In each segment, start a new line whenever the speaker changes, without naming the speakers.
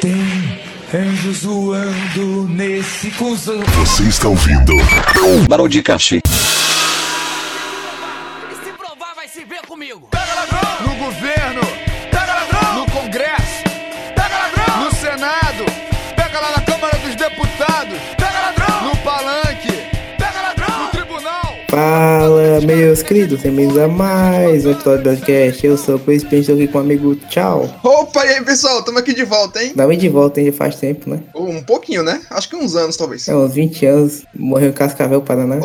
Tem anjos voando É nesse cuzão.
Você está ouvindo?
Barão de Caxi.
E se provar, vai se ver comigo.
no governo, pega ladrão, no Congresso, pega ladrão, no Senado, pega lá na Câmara dos Deputados, pega ladrão, no palanque, pega ladrão, no tribunal.
Fala, meus queridos, bem-vindos a mais um episódio do podcast. Eu sou o Chris Pence, estou aqui com um amigo. Tchau.
Opa, e aí pessoal, estamos aqui de volta, hein?
Dá bem de volta, hein? Já faz tempo, né?
Um pouquinho, né? Acho que uns anos, talvez.
É uns 20 anos, morreu em Cascavel, Paraná.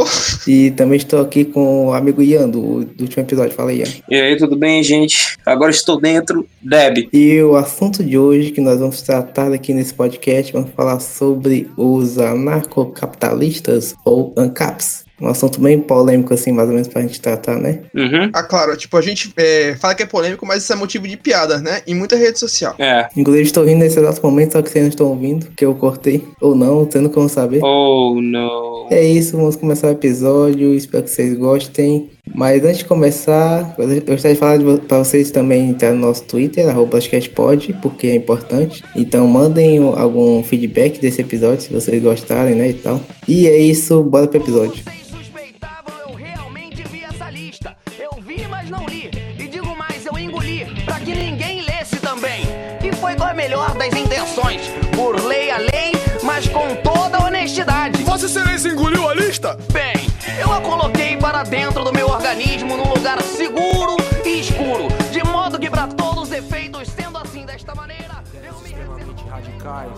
E também estou aqui com o amigo Ian, do, do último episódio. Fala, Ian.
E aí, tudo bem, gente? Agora estou dentro, Deb.
E o assunto de hoje que nós vamos tratar aqui nesse podcast, vamos falar sobre os anarcocapitalistas ou ANCAPs. Um assunto bem polêmico, assim, mais ou menos, pra gente tratar, né?
Uhum.
Ah, claro, tipo, a gente é, fala que é polêmico, mas isso é motivo de piada, né? Em muita rede social.
É.
Inclusive, estou rindo nesse exato momento, só que vocês não estão ouvindo, que eu cortei. Ou não, tendo como saber.
Oh, no.
É isso, vamos começar o episódio. Espero que vocês gostem. Mas antes de começar, eu gostaria de falar de, vo- pra vocês também entrar no nosso Twitter, arroba podcastpod, porque é importante. Então mandem o- algum feedback desse episódio, se vocês gostarem, né, e tal. E é isso, bora pro episódio.
Vocês suspeitavam, eu realmente vi essa lista. Eu vi, mas não li. E digo mais, eu engoli, pra que ninguém lesse também. E foi com a melhor das intenções. Burlei a lei, mas com toda honestidade.
Vossa Excelência engoliu a lista?
Bem, eu a coloquei para dentro do meu organismo num lugar seguro e escuro. De modo que, para todos os efeitos, sendo assim desta maneira, eu me reservo.
radicais,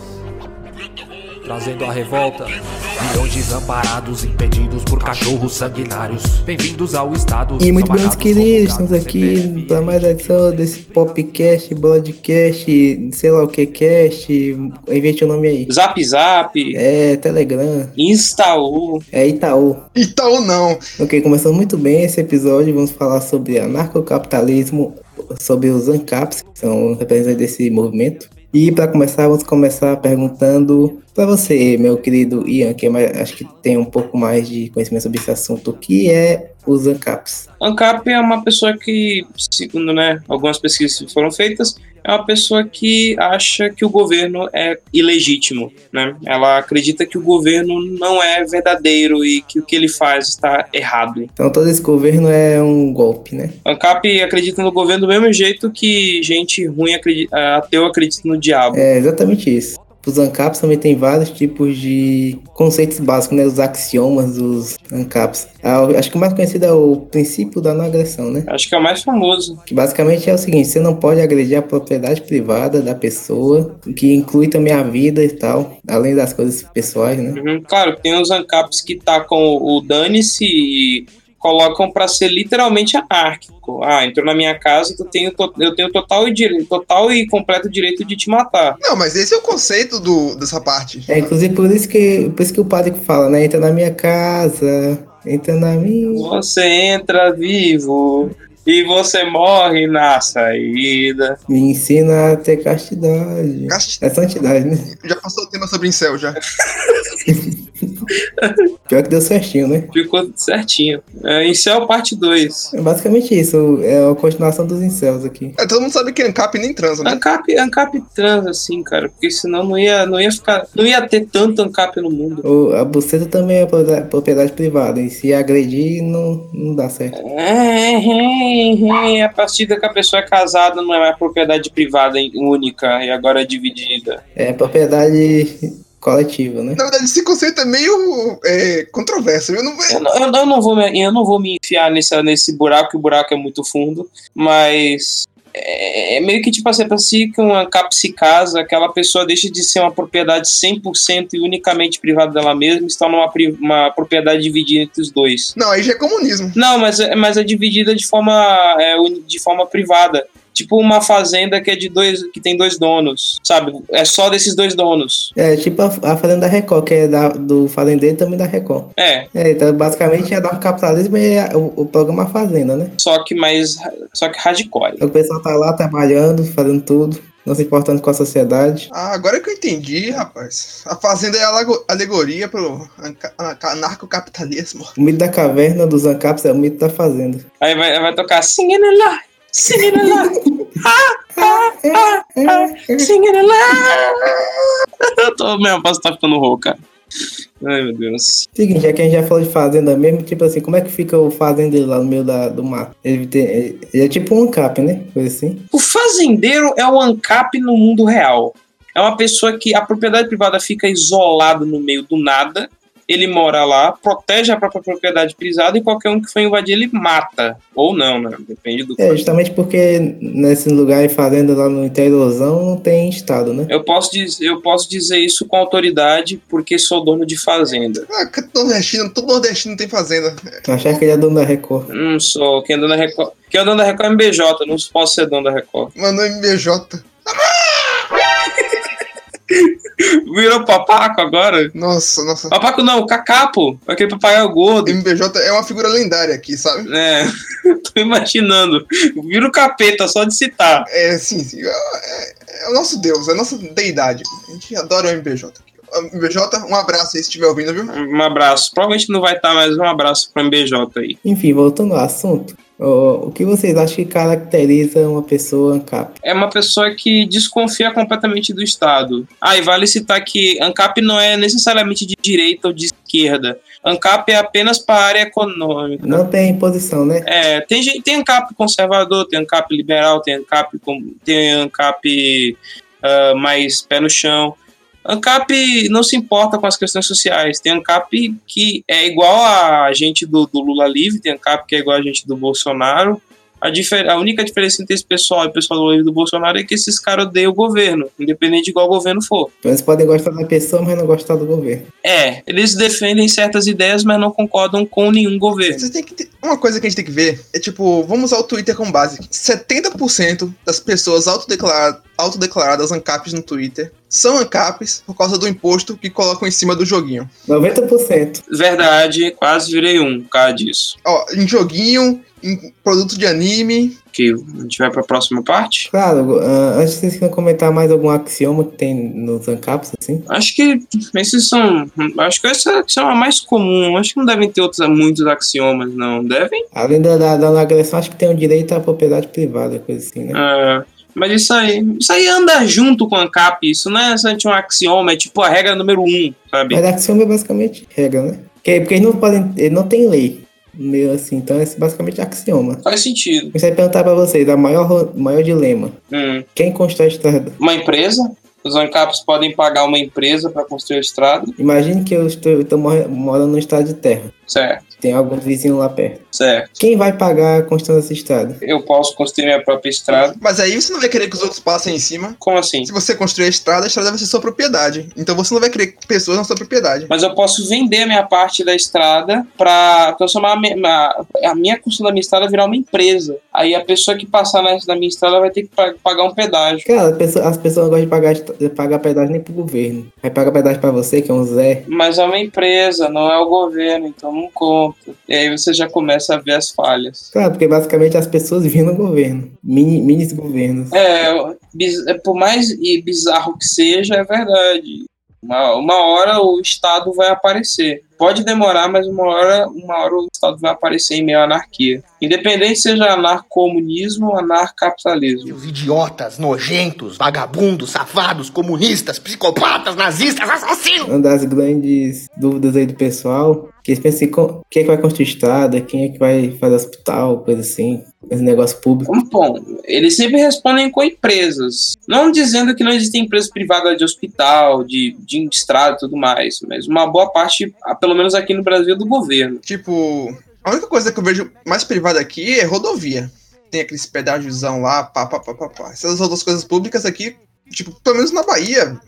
trazendo a revolta. Milhões desamparados, impedidos por cachorros sanguinários. Bem-vindos ao Estado.
E muito bem, meus
trabalhados,
queridos, estamos
ocupados,
aqui
CPF,
para mais uma edição desse popcast, broadcast, sei lá o que cast, invente o nome aí.
Zap Zap,
É, Telegram,
Instaú.
é Itaú.
Então não.
Ok, começando muito bem esse episódio, vamos falar sobre anarcocapitalismo, sobre os ANCAPs, que são representantes desse movimento. E para começar, vamos começar perguntando para você, meu querido Ian, que é mais- acho que tem um pouco mais de conhecimento sobre esse assunto, o que é os ANCAPs?
ANCAP é uma pessoa que, segundo né, algumas pesquisas que foram feitas, é uma pessoa que acha que o governo é ilegítimo, né? Ela acredita que o governo não é verdadeiro e que o que ele faz está errado.
Então todo esse governo é um golpe, né?
ANCAP acredita no governo do mesmo jeito que gente ruim acredita, ateu acredita no diabo.
É exatamente isso. Os ANCAPs também tem vários tipos de conceitos básicos, né? Os axiomas dos ANCAPs. Ah, eu Acho que o mais conhecido é o princípio da não agressão, né?
Acho que é o mais famoso.
Que basicamente é o seguinte, você não pode agredir a propriedade privada da pessoa, o que inclui também a vida e tal, além das coisas pessoais, né?
Uhum. Claro, tem os ANCAPs que tacam o o dane-se e colocam pra ser literalmente anárquico. Ah, entrou na minha casa, tu tem, o to- eu tenho total e, dire- total e completo direito de te matar.
Não, mas esse é o conceito do, dessa parte.
É, inclusive por isso que, por isso que o padre fala, né? Entra na minha casa, entra na minha...
Você entra vivo e você morre na saída.
Me ensina a ter castidade.
Cast-
É santidade, né?
Já passou o tema sobre incel, já.
Pior que deu certinho, né?
Ficou certinho. É, em céu, parte 2.
É basicamente isso, é a continuação dos incels aqui.
É, todo mundo sabe que ANCAP nem transa, né?
ANCAP, ANCAP trans, assim, cara, porque senão não ia, não ia ficar. Não ia ter tanto ANCAP no mundo.
O- a buceta também é propriedade- propriedade privada, e se agredir não, não dá certo.
É, é, é, A partir da que a pessoa é casada não é mais propriedade privada em- única e agora é dividida.
É propriedade coletiva, né?
Na verdade, esse conceito é meio é, controverso, viu? Não, é-
Eu, não- eu não- eu não, vou me, eu não vou me enfiar nessa, nesse buraco, que o buraco é muito fundo, mas é, é meio que tipo assim, pra si que uma cap se casa, aquela pessoa deixa de ser uma propriedade 100% e unicamente privada dela mesma e está numa pri- uma propriedade dividida entre os dois.
não, aí já é comunismo.
Não, mas, é- mas é dividida de forma, é, uni- de forma privada. Tipo uma fazenda que é de dois, que tem dois donos, sabe? É só desses dois donos.
É, tipo a, a fazenda da Record, que é da- do fazendeiro e também da Record.
É,
É, então basicamente é dar capitalismo e é o, o programa A Fazenda, né?
só que mais, só que hardcore.
O pessoal tá lá trabalhando, fazendo tudo, não se importando com a sociedade.
Ah, agora que eu entendi, rapaz. A fazenda é a lago- alegoria pro anca- anca- anarcocapitalismo.
O mito da caverna dos ANCAPs é o mito da fazenda.
Aí vai, vai tocar Singing Along, Singing Along, Ah, Singing along. ah, Eu tô mesmo, posso estar ficando rouco, cara. Ai, meu Deus.
Seguinte, já que a gente já falou de fazenda mesmo, tipo assim, como é que fica o fazendeiro lá no meio da, do mato? Ele, tem, ele- ele é tipo um cap, né? Coisa assim.
O fazendeiro é o ANCAP no mundo real. É uma pessoa que a propriedade privada fica isolada no meio do nada. Ele mora lá, protege a própria propriedade privada e qualquer um que for invadir ele mata. Ou não, né? Depende do
É, justamente porque nesse lugar e fazenda lá no interiorzão não tem estado, né?
Eu posso, diz- eu posso dizer isso com autoridade porque sou dono de fazenda.
Ah, que nordestino, todo nordestino tem fazenda.
Achar que ele é dono da Record.
Não sou. Quem é dono da Record, quem é dono da Record é MBJ, não posso ser dono da Record.
Mano, MBJ.
Virou papaco agora?
Nossa, nossa.
Papaco não, cacapo. Aquele papagaio gordo.
MBJ é uma figura lendária aqui, sabe?
É, tô imaginando. Vira o capeta só de citar.
É, sim, sim. É, é o nosso deus, é a nossa deidade. A gente adora o MBJ aqui. Ah, MBJ, um abraço aí se estiver ouvindo, viu?
Um abraço. Provavelmente não vai estar, mas um abraço pro MBJ aí.
Enfim, voltando ao assunto, o, o que vocês acham que caracteriza uma pessoa ANCAP?
É uma pessoa que desconfia completamente do Estado. Ah, e vale citar que ANCAP não é necessariamente de direita ou de esquerda. ANCAP é apenas para a área econômica.
Não tem posição, né?
É, tem, gente- tem ANCAP conservador, tem ANCAP liberal, tem ANCAP, com- tem ANCAP ah, mais pé no chão. ANCAP não se importa com as questões sociais. Tem ANCAP que é igual a gente do, do Lula livre, tem ANCAP que é igual a gente do Bolsonaro. A, difer- a única diferença entre esse pessoal e o pessoal do Lula livre e do Bolsonaro é que esses caras odeiam o governo, independente de qual governo for.
Então eles podem gostar da pessoa, mas não gostar do governo.
É, eles defendem certas ideias, mas não concordam com nenhum governo.
Você tem que ter- Uma coisa que a gente tem que ver é tipo, vamos usar o Twitter como base. 70% das pessoas autodeclara- autodeclaradas ANCAPs no Twitter são ANCAPs por causa do imposto que colocam em cima do joguinho.
90%.
Verdade, quase virei um por causa disso.
Ó, em joguinho, em produto de anime.
que a gente vai para a próxima parte?
Claro, ah, antes de vocês querem comentar mais algum axioma que tem nos ANCAPs, assim?
Acho que esses são. Acho que esse é o axioma mais comum. Acho que não devem ter outros muitos axiomas, não. Devem?
Além da, da, da agressão, acho que tem o direito à propriedade privada, coisa assim, né?
É, mas isso aí. Isso aí anda junto com a ANCAP. Isso não é somente um axioma, é tipo a regra número um, sabe?
Mas axioma é basicamente regra, né? Porque, porque eles não podem. Eles não tem lei. Meio assim, então é basicamente axioma.
Faz sentido.
Você vai perguntar pra vocês, a maior, ro- maior dilema.
Hum.
Quem constrói estrada?
Uma empresa. Os ANCAPs podem pagar uma empresa para construir a estrada.
Imagine que eu estou, eu tô mora- morando num estado de terra.
Certo,
Tem algum vizinho lá perto.
certo.
Quem vai pagar a construção dessa estrada?
Eu posso construir minha própria estrada.
Mas aí você não vai querer que os outros passem em cima.
Como assim?
Se você construir a estrada, a estrada vai ser sua propriedade. Então você não vai querer pessoas na sua propriedade.
mas eu posso vender a minha parte da estrada para transformar a minha, a minha construção da minha estrada virar uma empresa. Aí a pessoa que passar na, na minha estrada vai ter que pa- pagar um pedágio.
Cara, a pessoa- as pessoas não gostam de pagar, est- de pagar pedágio nem pro governo. Vai pagar pedágio pra você, que é um Zé.
Mas é uma empresa, não é o governo, então não conta. E aí você já começa a ver as falhas.
Claro, porque basicamente as pessoas vivem no governo. Mini, minis governos.
É, biz- é, por mais e bizarro que seja, é verdade. Uma, uma hora o Estado vai aparecer. Pode demorar, mas uma hora, uma hora o Estado vai aparecer em meio à anarquia. Independente seja anarcomunismo ou anarcapitalismo.
Seus idiotas, nojentos, vagabundos, safados, comunistas, psicopatas, nazistas, assassinos!
Uma das grandes dúvidas aí do pessoal, que eles pensam assim, co- quem é que vai construir estrada, quem é que vai fazer hospital, coisa assim, esse negócio público.
Como, Bom, eles sempre respondem com empresas. Não dizendo que não existem empresas privadas de hospital, de, de estrada e tudo mais, mas uma boa parte, ah, pelo menos aqui no Brasil, é do governo.
Tipo, a única coisa que eu vejo mais privada aqui é rodovia. Tem aqueles pedágiozão lá, pá, pá, pá, pá, pá. Essas outras coisas públicas aqui, tipo, pelo menos na Bahia,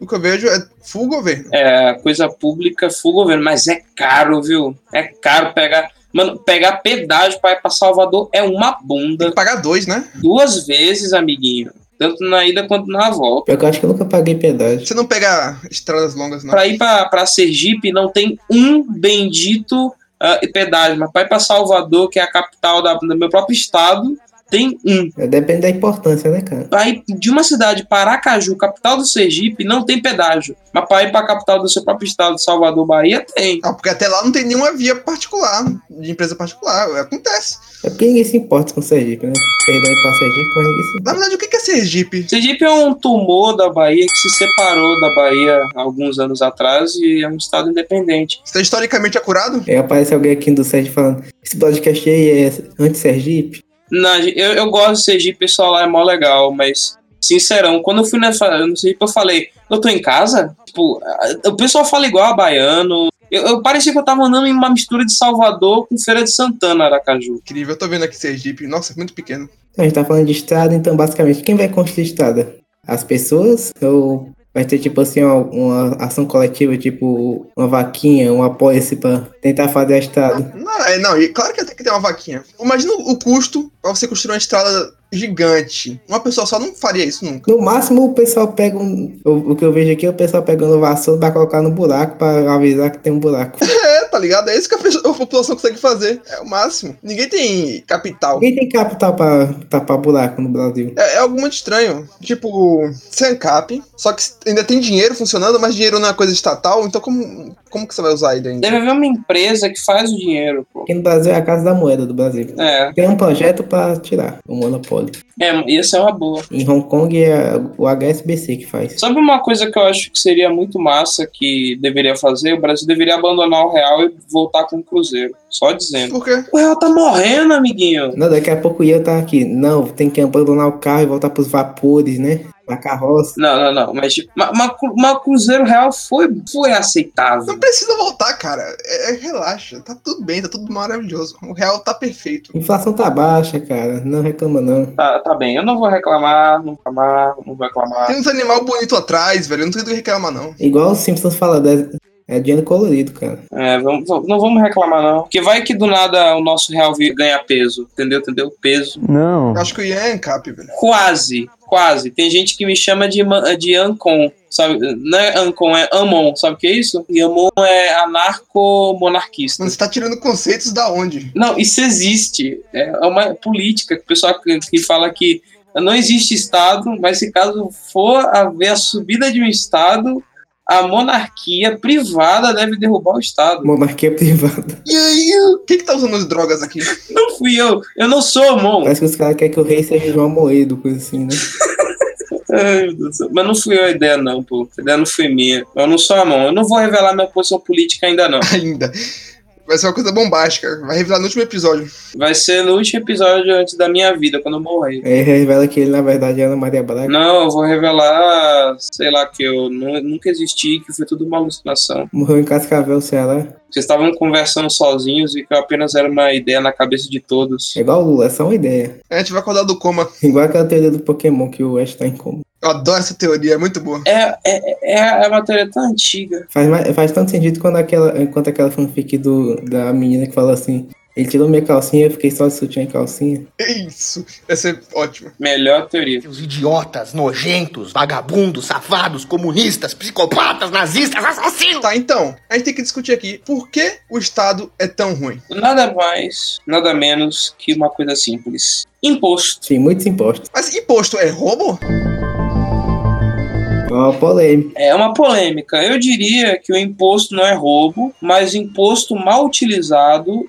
o que eu vejo é full governo.
É, coisa pública full governo, mas é caro, viu? É caro pegar. Mano, pegar pedágio para ir pra Salvador é uma
Tem
bunda.
que pagar dois, né?
Duas vezes, amiguinho. Tanto na ida quanto na volta.
Pior que eu acho que eu nunca paguei pedágio.
Você não pega estradas longas, não.
Pra ir pra pra Sergipe não tem um bendito ah, pedágio, mas pra ir pra Salvador, que é a capital da- do meu próprio estado, tem um.
Depende da importância, né, cara?
Aí, de uma cidade, Paracaju, capital do Sergipe, não tem pedágio. Mas para ir para a capital do seu próprio estado, Salvador, Bahia, tem.
Ah, porque até lá não tem nenhuma via particular, de empresa particular. Acontece.
É porque ninguém se importa com o Sergipe, né? Perdão aí pra Sergipe, mas ninguém se
Na verdade, o que que é Sergipe?
Sergipe é um tumor da Bahia que se separou da Bahia há alguns anos atrás e é um estado independente.
Está é historicamente acurado?
Aí É, aparece alguém aqui do Sergipe falando: esse podcast aí é anti-Sergipe.
Na, eu, eu gosto de Sergipe, o pessoal lá é mó legal, mas, sincerão, quando eu fui nessa, no Sergipe, eu falei, eu tô em casa? Tipo, a- o pessoal fala igual a baiano. Eu, eu parecia que eu tava andando em uma mistura de Salvador com Feira de Santana, Aracaju.
Incrível, eu tô vendo aqui Sergipe. Nossa, é muito pequeno.
Então, a gente tá falando de estrada, então basicamente quem vai construir estrada? As pessoas? Ou vai ter tipo assim uma, uma ação coletiva, tipo uma vaquinha, um apoio-se pra tentar fazer a estrada?
Não, é, não, e claro que tem que ter uma vaquinha. Imagina o custo pra você construir uma estrada gigante. Uma pessoa só não faria isso nunca.
No máximo o pessoal pega um. O, o que eu vejo aqui é o pessoal pegando vassoura pra colocar no buraco pra avisar que tem um buraco.
É, tá ligado? É isso que a, pessoa- a população consegue fazer. É o máximo. Ninguém tem capital.
Quem tem capital pra tapar buraco no Brasil?
É, é algo muito estranho. Tipo, Sancap, só que ainda tem dinheiro funcionando, mas dinheiro não é coisa estatal, então como, como que você vai usar ele ainda?
Deve haver uma empresa que faz o dinheiro, pô.
Aqui no Brasil é a casa da moeda do Brasil.
É,
Tem um projeto pra tirar o monopólio.
é, ia ser uma boa.
Em Hong Kong é o HSBC que faz.
Sabe uma coisa que eu acho que seria muito massa que deveria fazer? O Brasil deveria abandonar o Real e voltar com o Cruzeiro. Só dizendo.
Por quê?
O Real tá morrendo, amiguinho.
Não, daqui a pouco ia estar aqui. Não, tem que abandonar o carro e voltar pros vapores, né? Na carroça.
Não, não, não. Mas tipo, ma- ma- cru- ma- Cruzeiro Real foi, foi aceitável.
Não precisa voltar, cara. É, é- relaxa. Tá tudo bem, tá tudo maravilhoso. O real tá perfeito.
Inflação tá baixa, cara. Não reclama, não.
Tá, tá bem, eu não vou reclamar, não vou reclamar, não vou reclamar.
Tem uns animal bonito atrás, velho. Não tem do que reclamar, não.
Igual os Simpsons falam, é, é dinheiro colorido, cara.
É, vamos- vamos- não vamos reclamar, não. Porque vai que do nada o nosso Real vi- ganha peso, entendeu? Entendeu? Peso.
Não.
Eu acho que o Ian é Ancap, velho.
Quase, quase. Tem gente que me chama de, ma- de Ancon, sabe? Não é Ancon, é Amon, sabe o que é isso? E Amon é anarco-monarquista.
Mano, você tá tirando conceitos da onde?
Não, isso existe. É uma política que o pessoal que, que fala que não existe Estado, mas se caso for haver a subida de um Estado, a monarquia privada deve derrubar o Estado.
Monarquia privada.
E aí, quem que tá usando as drogas aqui?
Não fui eu, eu não sou Amon.
Parece que os caras querem que o rei seja João Moedo, coisa assim, né?
Ai, meu Deus do céu. Mas não fui eu a ideia, não, pô. A ideia não foi minha. Eu não sou Amon. Eu não vou revelar minha posição política ainda, não.
Ainda. Vai ser uma coisa bombástica. Vai revelar no último episódio.
Vai ser no último episódio antes da minha vida, quando eu morrer.
Aí revela que ele, na verdade, é Ana Maria Braga.
Não, eu vou revelar, sei lá, que eu nu- nunca existi, que foi tudo uma alucinação.
Morreu em Cascavel, Ceará.
Vocês estavam conversando sozinhos e que eu apenas era uma ideia na cabeça de todos.
É igual o Lula, é só uma ideia.
A gente vai acordar do coma.
Igual aquela teoria do Pokémon que o Ash tá em coma.
Eu adoro essa teoria, é muito boa.
É, é, é, é uma teoria tão antiga.
Faz, mais- faz tanto sentido quando aquela, quanto aquela fanfic do, da menina que fala assim: ele tirou minha calcinha, eu fiquei só de sutiã e calcinha.
É Isso. Essa é ótima.
Melhor teoria.
Seus idiotas, nojentos, vagabundos, safados, comunistas, psicopatas, nazistas, assassinos!
Tá, então, a gente tem que discutir aqui por que o Estado é tão ruim.
Nada mais, nada menos que uma coisa simples. Imposto.
Tem muitos impostos.
Mas imposto é roubo?
Ó, polêmica.
É uma polêmica. Eu diria que o imposto não é roubo, mas imposto mal utilizado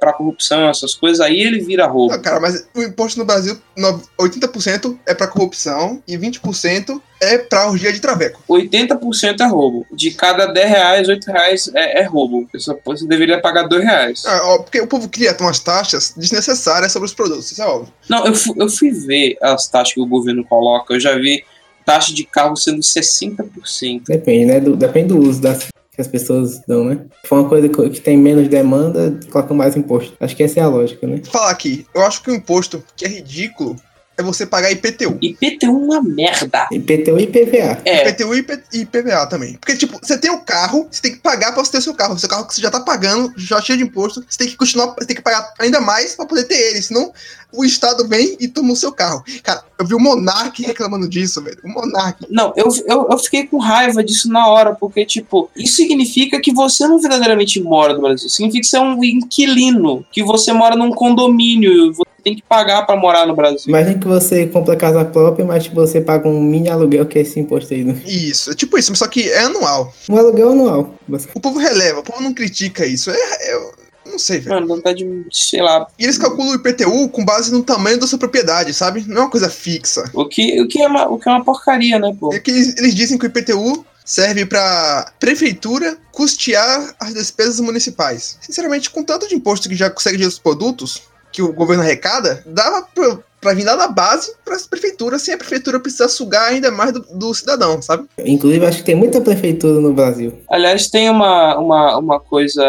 para corrupção, essas coisas, aí ele vira roubo.
Não, cara, mas o imposto no Brasil, no- 80% é pra corrupção e 20% é pra orgia de traveco.
80% é roubo. De cada 10 reais, 8 reais é, é roubo. Você, você deveria pagar 2 reais.
Ah, ó, porque o povo cria umas taxas desnecessárias sobre os produtos, isso é óbvio.
Não, eu fui, eu fui ver as taxas que o governo coloca. Eu já vi taxa de carro sendo 60%.
Depende, né? Do- depende do uso das, que as pessoas dão, né? Se for uma coisa co- que tem menos demanda, colocam mais imposto. Acho que essa é a lógica, né?
Vou falar aqui, eu acho que o imposto que é ridículo é você pagar IPTU.
IPTU é uma merda.
IPTU e IPVA.
É,
IPTU e IP- e IPVA também. Porque, tipo, você tem o carro, você tem que pagar pra você ter o seu carro. O seu carro que você já tá pagando, já cheio de imposto, você tem que continuar, você tem que pagar ainda mais pra poder ter ele. Senão o Estado vem e toma o seu carro. Cara, eu vi o Monark reclamando disso, velho. O Monark.
não, eu, eu, eu fiquei com raiva disso na hora, porque, tipo, isso significa que você não verdadeiramente mora no Brasil. Significa que você é um inquilino, que você mora num condomínio, você tem que pagar para morar no Brasil.
Imagina que você compra casa própria, mas tipo, você paga um mini aluguel que é esse imposto aí, né?
Isso, é tipo isso, mas só que é anual.
Um aluguel anual. basicamente.
O povo releva, o povo não critica isso. É, é- eu não sei, velho.
Mano, dá vontade de, sei lá,
E eles calculam o IPTU com base no tamanho da sua propriedade, sabe? Não é uma coisa fixa.
o que, o que, é, uma, o que é uma porcaria, né, pô?
É que eles, eles dizem que o IPTU serve pra prefeitura custear as despesas municipais. Sinceramente, com tanto de imposto que já consegue de outros produtos que o governo arrecada, dá pra, pra vir lá da base para as prefeituras sem a prefeitura precisar sugar ainda mais do, do cidadão, sabe?
Inclusive, acho que tem muita prefeitura no Brasil.
Aliás, tem uma, uma, uma coisa.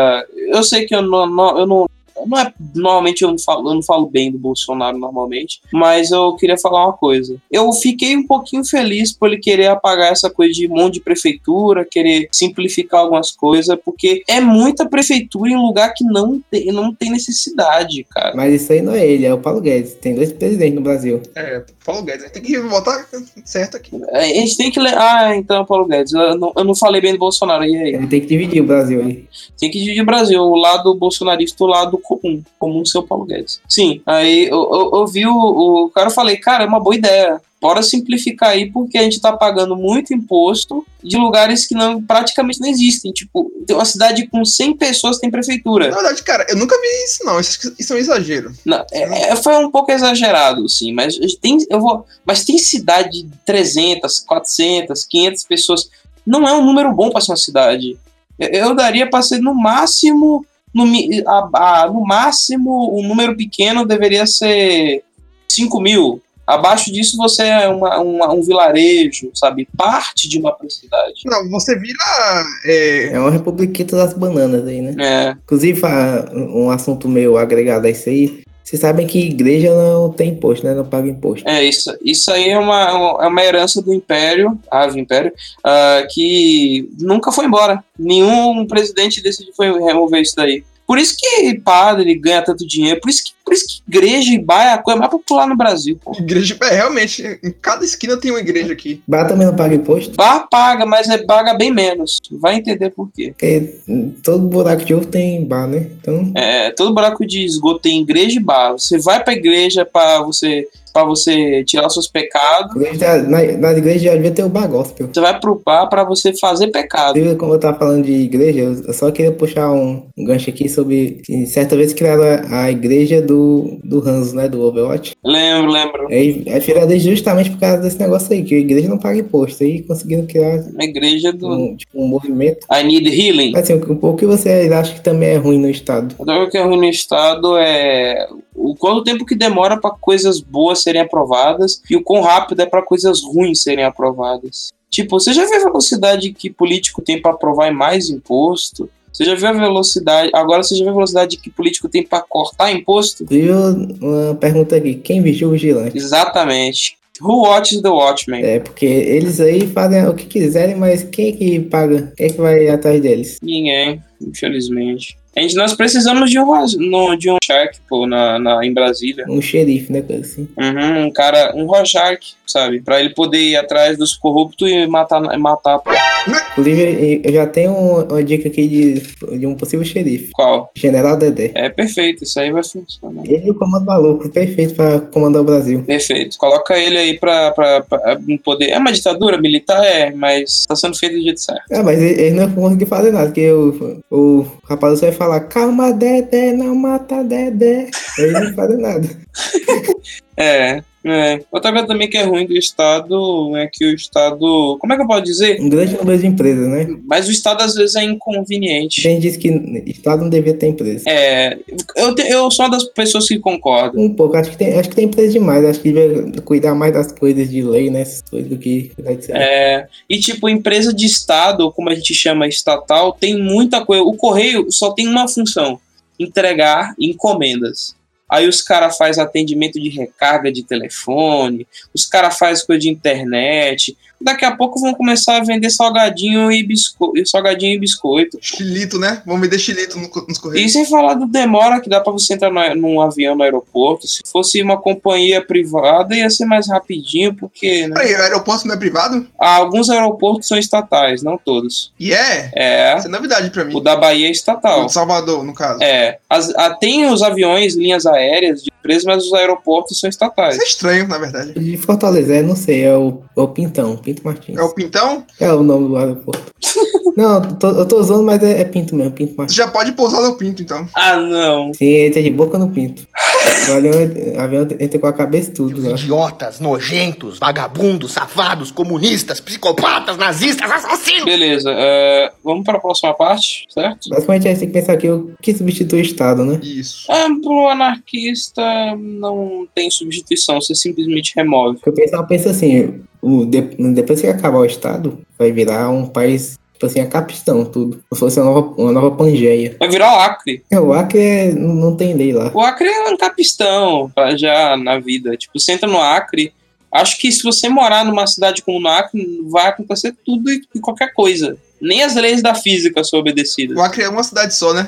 Eu sei que eu não. não- eu não não é, normalmente eu não, falo, eu não falo bem do Bolsonaro normalmente, mas eu queria falar uma coisa. Eu fiquei um pouquinho feliz por ele querer apagar essa coisa de monte de prefeitura, querer simplificar algumas coisas, porque é muita prefeitura em lugar que não tem, não tem necessidade, cara.
Mas isso aí não é ele, é o Paulo Guedes. Tem dois presidentes no Brasil.
É, Paulo Guedes, tem que votar certo aqui.
A gente tem que. le- Ah, então, Paulo Guedes, eu não, eu não falei bem do Bolsonaro, e aí?
Ele tem que dividir o Brasil aí.
Tem que dividir o Brasil, o lado bolsonarista e o lado comum, comum seu Paulo Guedes. Sim, aí eu, eu- eu vi o, o cara eu falei, cara, é uma boa ideia. Bora simplificar aí, porque a gente tá pagando muito imposto de lugares que não praticamente não existem. Tipo, tem uma cidade com 100 pessoas tem prefeitura.
Na verdade, cara, eu nunca vi isso, não. Isso, isso é um exagero.
Não, é- é- foi um pouco exagerado, sim, mas tem, eu vou, mas tem cidade de 300, 400, 500 pessoas. Não é um número bom para ser uma cidade. Eu, eu daria para ser no máximo, no, mi- a- a- no máximo, um número pequeno deveria ser 5 mil. Abaixo disso você é uma- uma- um vilarejo, sabe? Parte de uma cidade.
Não, você vira. é,
É uma republiquita das bananas aí, né?
É,
Inclusive, fa- um assunto meio agregado a isso aí. Vocês sabem que igreja não tem imposto, né? Não paga imposto.
É, isso, isso aí é uma, é uma herança do Império, ave Império, ah, que nunca foi embora. Nenhum presidente decidiu foi remover isso daí. Por isso que padre ganha tanto dinheiro, por isso que, por isso que igreja e baia é a coisa mais popular no Brasil. Pô.
Igreja. É, realmente, em cada esquina tem uma igreja aqui.
Bar também não paga imposto,
Bar paga, mas é paga bem menos. Vai entender por quê.
porque hum, todo buraco de ovo tem bar, né? Então,
É, todo buraco de esgoto tem igreja e bar. Você vai pra igreja pra você, pra você tirar os seus pecados,
igreja- na, na igreja já devia ter o bar gospel.
você vai pro bar pra você fazer pecado.
Inclusive, como eu tava falando de igreja, eu eu só queria puxar um um gancho aqui sobre. que Certa vez criaram a, a igreja do, do Hanzo, né? Do Overwatch.
Lembro, lembro.
Aí é criada justamente por causa desse negócio aí, que a igreja não paga imposto. Aí conseguiram criar
Na igreja do,
um, tipo, um movimento.
I need healing.
Assim, o o que vocês acham que também é ruim no Estado?
A droga que é ruim no Estado é o quanto tempo que demora para coisas boas serem aprovadas e o quão rápido é para coisas ruins serem aprovadas. Tipo, você já viu a velocidade que político tem para aprovar mais imposto? Você já viu a velocidade. Agora você já viu a velocidade que político tem para cortar imposto?
Inclusive, uma pergunta aqui: quem vigia o vigilante?
Exatamente. Who watches the Watchmen?
É, porque eles aí fazem o que quiserem, mas quem é que paga? Quem é que vai atrás deles?
Ninguém, infelizmente. A gente, nós precisamos de um, raz- no- de um cheque, pô, na, na, em Brasília.
Um xerife, né? coisa Assim.
Uhum, um cara, um Rorschach, sabe? Pra ele poder ir atrás dos corruptos e matar, matar
Inclusive, eu já tenho um- uma dica aqui de, de um possível xerife.
qual?
General Dedé.
É perfeito, isso aí vai funcionar.
Ele e o comando maluco, perfeito pra comandar o Brasil.
Perfeito. Coloca ele aí pra, pra, pra um poder. É uma ditadura militar? É, mas tá sendo feito do jeito certo.
É, mas ele, ele não vai conseguir fazer nada, porque o, o rapaz vai falar, calma Dedé, não mata Dedé. Ele não faz nada.
É, é. Outra coisa também que é ruim do Estado é que o Estado. Como é que eu posso dizer?
Um grande número de empresas, né?
Mas o Estado às vezes é inconveniente.
Gente diz que Estado não devia ter empresa.
É, eu, te- eu sou uma das pessoas que concorda.
Um pouco, acho que tem, acho que tem empresa demais, acho que devia cuidar mais das coisas de lei, né? Essas coisas do que cuidar de ser.
É, e tipo, empresa de Estado, ou como a gente chama estatal, tem muita coisa. O correio só tem uma função: entregar encomendas. Aí os caras faz atendimento de recarga de telefone, os caras faz coisa de internet, daqui a pouco vão começar a vender salgadinho e, bisco... e salgadinho e biscoito.
Chilito, né? Vamos vender chilito no co- nos
E
correios.
sem falar do demora que dá pra você entrar na- num avião no aeroporto. Se fosse uma companhia privada, ia ser mais rapidinho, porque né?
Peraí, o aeroporto não é privado?
alguns aeroportos são estatais, não todos.
E é?
É,
Isso é novidade pra
o
mim.
da Bahia é
O
estatal.
de Salvador, no caso.
É, as- a- tem os aviões, linhas aéreas de empresas, mas os aeroportos são estatais.
Isso é estranho, na verdade.
De Fortaleza, é, não sei, é o, é o Pintão, Pinto Martins.
É o Pintão?
É o nome do aeroporto. não, eu tô- eu tô usando, mas é, é Pinto mesmo, Pinto
Tu
Martins.
já pode pousar no Pinto, então.
Ah, não.
Sim, entra de boca no Pinto. O avião, avião entra com a cabeça e tudo lá.
Idiotas, nojentos, vagabundos, safados, comunistas, psicopatas, nazistas, assassinos!
Beleza, é, vamos para a próxima parte, certo?
Basicamente a gente tem que pensar aqui o que substitui o Estado, né?
Isso.
Ah, pro anarquista não tem substituição, você simplesmente remove.
Porque o pessoal pensa assim, o de- depois que acabar o Estado, vai virar um país, tipo assim, a capistão, tudo. Como se fosse uma nova, uma nova Pangeia.
Vai virar o Acre.
É, o Acre é- não não tem lei lá.
O Acre é um capistão pra- já na vida. Tipo, você entra no Acre. Acho que se você morar numa cidade como no Acre, vai acontecer tudo e e qualquer coisa. Nem as leis da física são obedecidas.
O Acre é uma cidade só, né?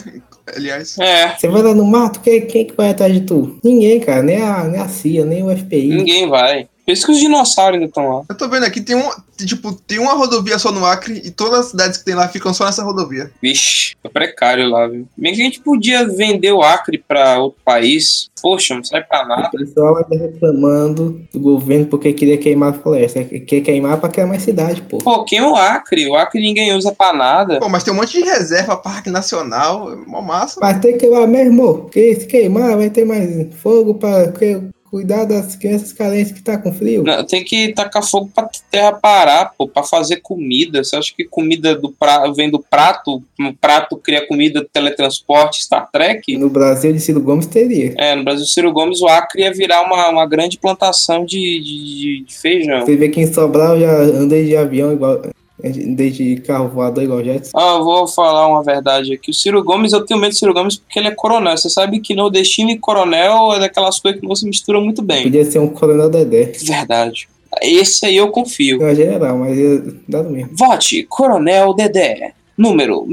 Aliás.
É,
Você vai lá no mato, quem, quem que vai atrás de tu? Ninguém, cara. Nem a, nem a CIA, nem o FBI.
ninguém vai. Por isso que os dinossauros ainda estão lá.
Eu tô vendo aqui, tem um. tem, Tipo, tem uma rodovia só no Acre e todas as cidades que tem lá ficam só nessa rodovia.
Vixe, é precário lá, viu? Bem que a gente podia vender o Acre pra outro país. Poxa, não sai pra nada.
O pessoal vai tá reclamando do governo porque queria queimar a floresta. Quer queimar pra criar mais cidade, pô.
Pô, quem é o Acre? O Acre ninguém usa pra nada.
Pô, mas tem um monte de reserva, parque nacional, é uma massa.
Mas tem que queimar mesmo, irmão. Porque se queimar, vai ter mais fogo pra que- cuidar das crianças carentes que tá com frio.
Não, tem que tacar fogo pra terra parar, pô, pra fazer comida. Você acha que comida do pra... vem do prato? Um prato cria comida, teletransporte, Star Trek?
No Brasil, de Ciro Gomes teria.
É, no Brasil Ciro Gomes, o Acre ia virar uma, uma grande plantação de, de, de feijão.
Você vê que em Sobral eu já andei de avião igual. Andei de carro voador igual jet.
Ah, eu vou falar uma verdade aqui. O Ciro Gomes, eu tenho medo do Ciro Gomes porque ele é coronel. Você sabe que nordestino e coronel é daquelas coisas que não se mistura muito bem. É
Podia ser um coronel Dedé.
Verdade. Esse aí eu confio.
Não é general, mas é dado mesmo.
Vote Coronel Dedé, número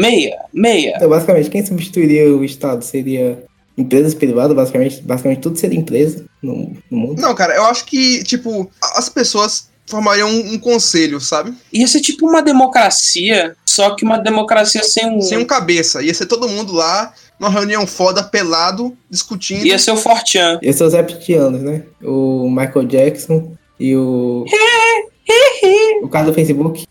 666.
Então, basicamente, quem substituiria o Estado seria empresas privadas, basicamente, basicamente tudo seria empresa no, no mundo.
Não, cara, eu acho que, tipo, a- as pessoas formariam um, um conselho, sabe?
Ia ser tipo uma democracia, só que uma democracia sem um.
Sem um cabeça. Ia ser todo mundo lá, numa reunião foda, pelado, discutindo.
Ia ser o Fortean.
Eu sou os reptilianos, né? O Michael Jackson e o. o cara do Facebook.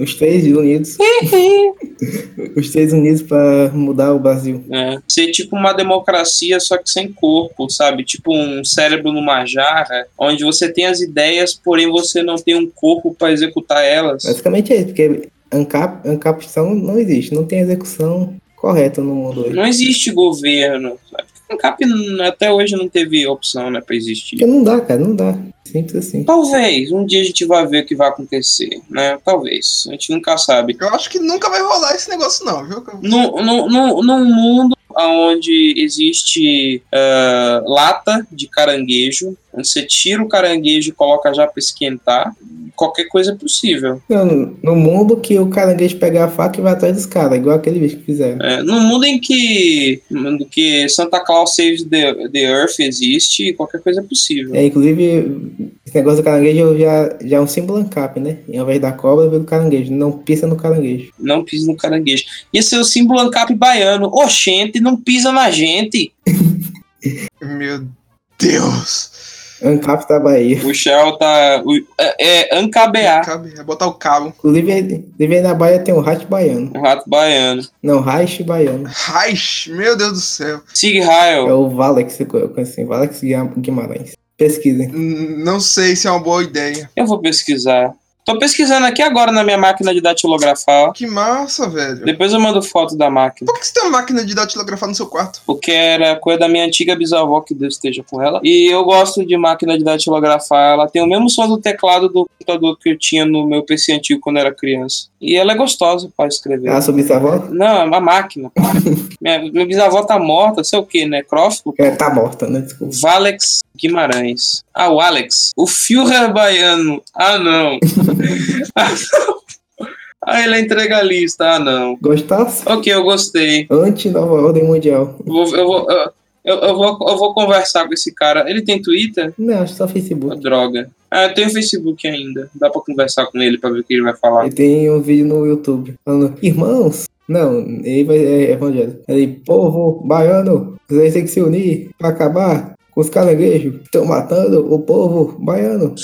Os três unidos. os três unidos pra mudar o Brasil.
É. Ser tipo uma democracia, só que sem corpo, sabe? Tipo um cérebro numa jarra, onde você tem as ideias, porém você não tem um corpo pra executar elas.
Basicamente é isso, porque ANCAP, ANCAPção não existe, não tem execução correta no mundo hoje.
Não existe governo. sabe? O CAP n- até hoje não teve opção, né, pra existir.
Porque não dá, cara, não dá. Simples assim.
Talvez, um dia a gente vai ver o que vai acontecer, né? Talvez, a gente nunca sabe.
Eu acho que nunca vai rolar esse negócio, não, viu?
Num, num, num, num mundo onde existe ah, lata de caranguejo, onde você tira o caranguejo e coloca já para esquentar, qualquer coisa é possível.
Não, no mundo que o caranguejo pegar a faca e vai atrás dos caras, igual aquele bicho que fizeram.
É, num mundo em que, do que Santa Claus Saves the, the Earth existe, qualquer coisa é possível.
É, inclusive, esse negócio do caranguejo já, já é um símbolo ANCAP, né? Em vez da cobra, vem o caranguejo. Não pisa no caranguejo.
Não pisa no caranguejo. Ia ser o símbolo ANCAP baiano. Oxente, não pisa na gente.
Meu Deus!
ANCAP da Bahia.
O Shell tá. o- é, é ANCABA,
Cabe, é botar o cabo.
Inclusive, inclusive aí na Bahia tem um rato baiano.
o rato baiano.
Não, raich baiano.
Reich, meu Deus do céu.
Sig
É
Heil.
o Valex, eu conheci. Valex Guimarães. Pesquisem.
N- Não sei se é uma boa ideia.
Eu vou pesquisar. Tô pesquisando aqui agora na minha máquina de datilografar. ó.
Que massa, velho.
Depois eu mando foto da máquina.
Por que você tem uma máquina de datilografar no seu quarto?
Porque era coisa da minha antiga bisavó, que Deus esteja com ela. E eu gosto de máquina de datilografar. Ela tem o mesmo som do teclado do computador que eu tinha no meu PC antigo quando era criança. E ela é gostosa pra escrever.
Ah, sobre sua avó?
Não, é uma máquina. minha, minha bisavó tá morta, sei o que, necrófago.
É, tá morta, né? Desculpa.
Valex Guimarães. Ah, o Alex. O Führer baiano. Ah, não. Ah, não. ah, ele é entregalista. Ah, não.
Gostasse?
Ok, eu gostei.
Anti-nova ordem mundial.
Vou- eu, vou, eu, eu- eu vou, eu vou conversar com esse cara. Ele tem Twitter?
Não, acho que só
Ah,
Facebook.
droga. Ah, eu tenho Facebook ainda. Dá pra conversar com ele pra ver o que ele vai falar.
E tem um vídeo no YouTube falando, irmãos, não, ele vai, é evangélico. Ele, povo baiano, vocês têm que se unir pra acabar com os caranguejos que estão matando o povo baiano.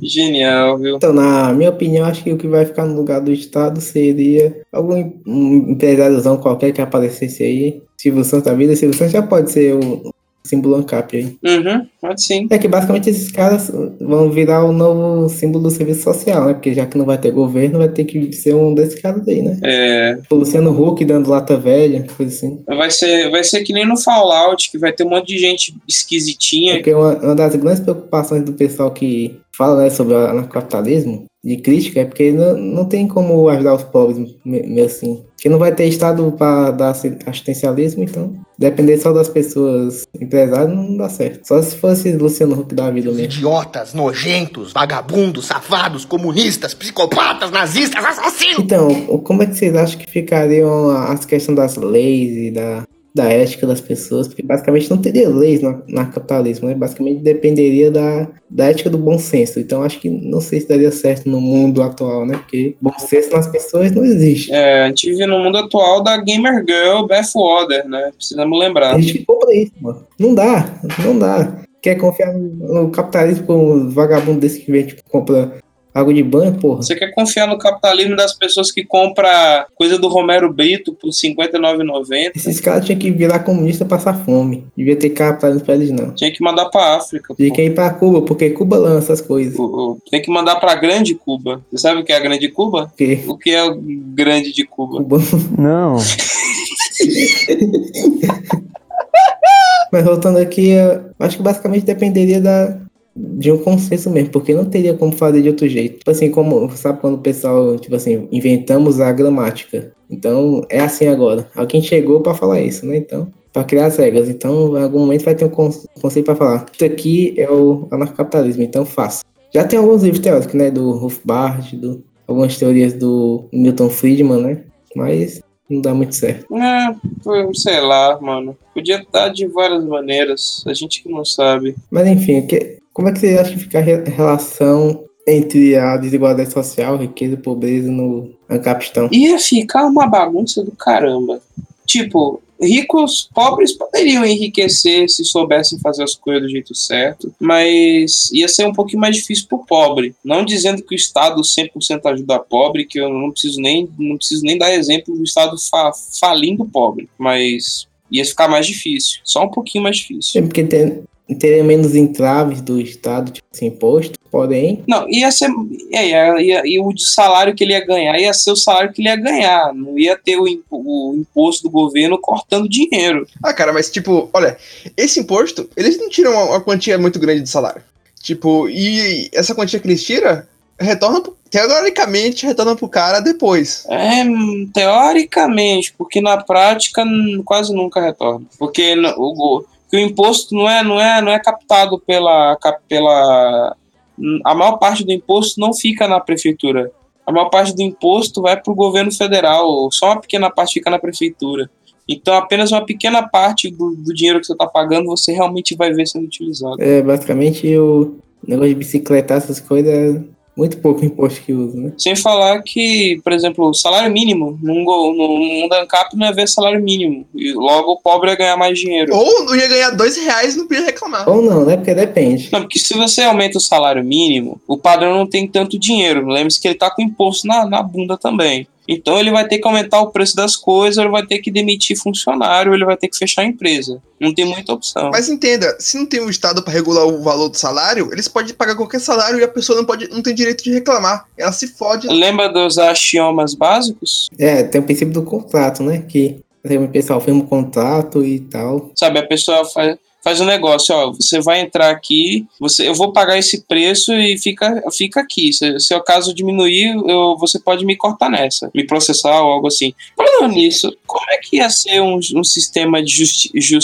Genial, viu?
Então, na minha opinião, acho que o que vai ficar no lugar do Estado seria algum em- um empresáriozão qualquer que aparecesse aí. Silvio Santos da vida, Silvio Santos já pode ser o símbolo ANCAP aí.
Uhum, pode sim.
É que basicamente esses caras vão virar o novo símbolo do serviço social, né? Porque já que não vai ter governo, vai ter que ser um desses caras aí, né?
É,
Tipo, Luciano Huck dando lata velha, coisa assim.
vai, ser, vai ser que nem no Fallout, que vai ter um monte de gente esquisitinha.
Porque uma, uma das grandes preocupações do pessoal que fala né, sobre o anarcocapitalismo de crítica é porque não, não tem como ajudar os pobres, me- meio assim. Porque não vai ter Estado para dar assi- assistencialismo, então depender só das pessoas empresárias não dá certo. Só se fosse Luciano Huck da vida mesmo.
Idiotas, nojentos, vagabundos, safados, comunistas, psicopatas, nazistas, assassinos!
Então, o- como é que vocês acham que ficariam a- as questões das leis e da, da ética das pessoas? Porque basicamente não teria leis na, na capitalismo, né? Basicamente dependeria da, da ética do bom senso. Então, acho que não sei se daria certo no mundo atual, né? Porque bom senso nas pessoas não existe.
É, a gente vive no mundo atual da Gamer Girl Bathwater, né? Precisamos lembrar.
A gente ficou pra isso, mano. Não dá, não dá. Quer confiar no, no capitalismo com um vagabundo desse que vem, tipo, compra água de banho, porra?
Você quer confiar no capitalismo das pessoas que compra coisa do Romero Brito por R$ 59,90?
Esses caras tinham que virar comunista e passar fome. Devia ter capitalismo pra eles, não.
Tinha que mandar pra África.
E
pô.
quer ir pra Cuba, porque Cuba lança as coisas.
O- o- Tem que mandar pra Grande Cuba. Você sabe o que é a Grande Cuba?
Porque
O que é o Grande de Cuba?
Cuba.
Não.
Mas voltando aqui, eu acho que basicamente dependeria da, de um consenso mesmo, porque não teria como fazer de outro jeito. Tipo assim, como, sabe quando o pessoal, tipo assim, inventamos a gramática. Então, é assim agora. Alguém chegou pra falar isso, né? Então, pra criar as regras. Então, em algum momento vai ter um con- conceito pra falar. Isso aqui é o anarcocapitalismo, então faça. Já tem alguns livros teóricos, né? Do Rothbard, do algumas teorias do Milton Friedman, né? Mas não dá muito certo.
É, foi- sei lá, mano. Podia dar de várias maneiras. A gente que não sabe.
Mas enfim, o que- como é que você acha que fica a re- relação entre a desigualdade social, riqueza e pobreza no Ancapistão?
Ia ficar uma bagunça do caramba. Tipo, ricos, pobres poderiam enriquecer se soubessem fazer as coisas do jeito certo, mas ia ser um pouquinho mais difícil pro pobre. Não dizendo que o Estado 100% ajuda pobre, que eu não preciso nem, não preciso nem dar exemplo do Estado fa falindo pobre, mas ia ficar mais difícil. Só um pouquinho mais difícil.
É porque ter- teria menos entraves do Estado, tipo assim, imposto, porém,
Não, ia ser. É, ia, ia- e o de salário que ele ia ganhar ia ser o salário que ele ia ganhar. Não ia ter o, impo- o imposto do governo cortando dinheiro.
Ah, cara, mas tipo, olha, esse imposto, eles não tiram uma, uma quantia muito grande de salário. Tipo, e essa quantia que eles tiram, retorna, pro- teoricamente, retorna pro cara depois.
É, hum, teoricamente, porque na prática hum, quase nunca retorna. Porque n- o, go- que o imposto não é, não é, não é captado pela, cap- pela. hum, A maior parte do imposto não fica na prefeitura. A maior parte do imposto vai para o governo federal, só uma pequena parte fica na prefeitura. Então, apenas uma pequena parte do, do dinheiro que você está pagando você realmente vai ver sendo utilizado.
é, basicamente o negócio de bicicleta, essas coisas, é muito pouco imposto que usa, né?
Sem falar que, por exemplo, o salário mínimo, num, go- num, num ANCAP não ia ver salário mínimo. E logo o pobre ia ganhar mais dinheiro.
Ou não ia ganhar dois reais e não podia reclamar.
Ou não, né? Porque depende.
Não, porque se você aumenta o salário mínimo, o padrão não tem tanto dinheiro. Lembre-se que ele tá com imposto na, na bunda também. Então ele vai ter que aumentar o preço das coisas, ele vai ter que demitir funcionário, ele vai ter que fechar a empresa. Não tem muita opção.
Mas entenda, se não tem um Estado para regular o valor do salário, eles podem pagar qualquer salário e a pessoa não, pode, não tem direito de reclamar. Ela se fode.
Lembra dos axiomas básicos?
É, tem o princípio do contrato, né? Que o pessoal firma um contrato e tal.
Sabe, a pessoa faz, faz um negócio, ó, você vai entrar aqui, você, eu vou pagar esse preço e fica, fica aqui. Se, se o caso diminuir, eu- você pode me cortar nessa, me processar ou algo assim. Falando nisso, como é que ia ser um, um sistema de justi- ju-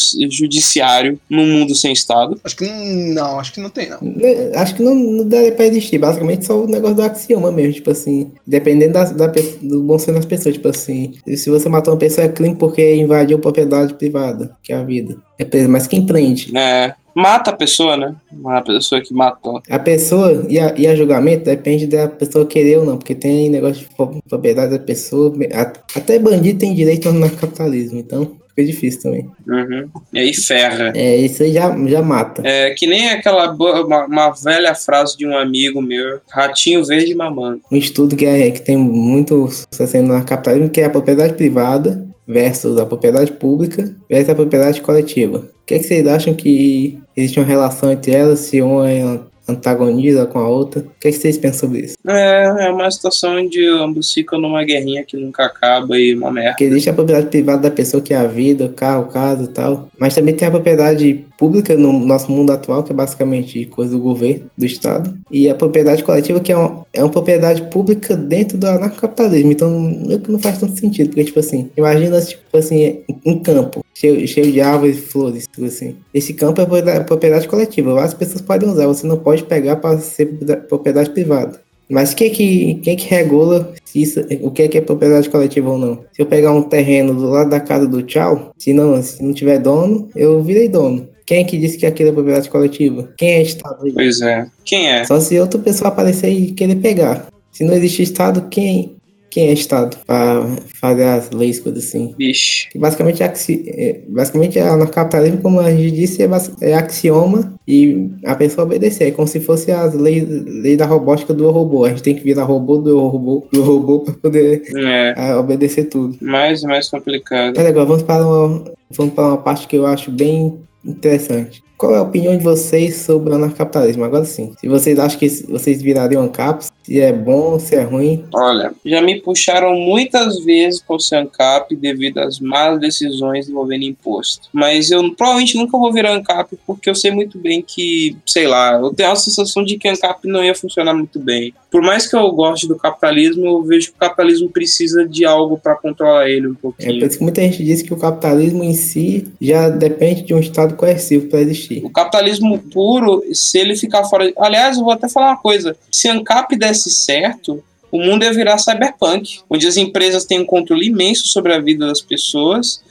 judiciário num mundo sem Estado?
Acho que não, não, acho que não tem, não.
Né, Acho que não, não daria pra existir, basicamente só o negócio do axioma mesmo, tipo assim, dependendo da, da pe- do bom senso das pessoas, tipo assim, se você matou uma pessoa é crime porque invadiu propriedade privada, que é a vida. É preso, mas quem prende?
É, mata a pessoa, né? A pessoa que matou.
A pessoa e a, e a julgamento depende da pessoa querer ou não, porque tem negócio de pro- propriedade da pessoa, a- até bandido tem direito no capitalismo, então fica difícil também.
Uhum. E aí ferra.
É, isso aí já, já mata.
É que nem aquela bo- uma, uma velha frase de um amigo meu, ratinho verde mamando.
um estudo que, é, que tem muito sucesso ainda no capitalismo, que é a propriedade privada versus a propriedade pública versus a propriedade coletiva. O que, é que vocês acham que existe uma relação entre elas, se uma é an- antagoniza com a outra? O que, é que vocês pensam sobre isso?
É, é uma situação onde ambos ficam numa guerrinha que nunca acaba e uma merda.
Porque existe a propriedade privada da pessoa, que é a vida, o carro, o casa e tal. Mas também tem a propriedade pública no nosso mundo atual, que é basicamente coisa do governo, do Estado. E a propriedade coletiva, que é uma, é uma propriedade pública dentro do anarcocapitalismo. Então, meio que não faz tanto sentido. Porque, tipo assim, imagina, tipo assim, um campo cheio, cheio de árvores e flores, tipo assim. Esse campo é propriedade- propriedade coletiva. Várias pessoas podem usar, você não pode pegar para ser propriedade privada. Mas quem é que, quem é que regula se isso- o que é, que é propriedade coletiva ou não? Se eu pegar um terreno do lado da casa do tchau, se não, se não tiver dono, eu virei dono. Quem é que disse que aquilo é propriedade coletiva? Quem é Estado?
Pois é. Quem é?
Só se outra pessoa aparecer e querer pegar. Se não existe Estado, quem, quem é Estado para fazer as leis, coisas assim?
Vixe.
Que Basicamente, é axi- é, basicamente é anarcocapitalismo, como a gente disse, é, bas- é axioma e a pessoa obedecer. É como se fosse as leis, leis da robótica do robô. A gente tem que virar robô do robô do robô para poder
É.
ah, obedecer tudo.
Mais e mais complicado.
Mas agora vamos para, uma, vamos para uma parte que eu acho bem interessante. Qual é a opinião de vocês sobre o anarcapitalismo? Agora sim. Se vocês acham que s- vocês virariam ANCAPs, se é bom, se é ruim.
Olha, já me puxaram muitas vezes para o ANCAP devido às más decisões envolvendo imposto. Mas eu provavelmente nunca vou virar ANCAP porque eu sei muito bem que, sei lá, eu tenho a sensação de que ANCAP não ia funcionar muito bem. Por mais que eu goste do capitalismo, eu vejo que o capitalismo precisa de algo para controlar ele um
É
pouquinho.
por isso que muita gente diz que o capitalismo em si já depende de um Estado coercivo para existir.
O capitalismo puro, se ele ficar fora. Aliás, eu vou até falar uma coisa: se ANCAP desse certo, o mundo ia virar cyberpunk, onde as empresas têm um controle imenso sobre a vida das pessoas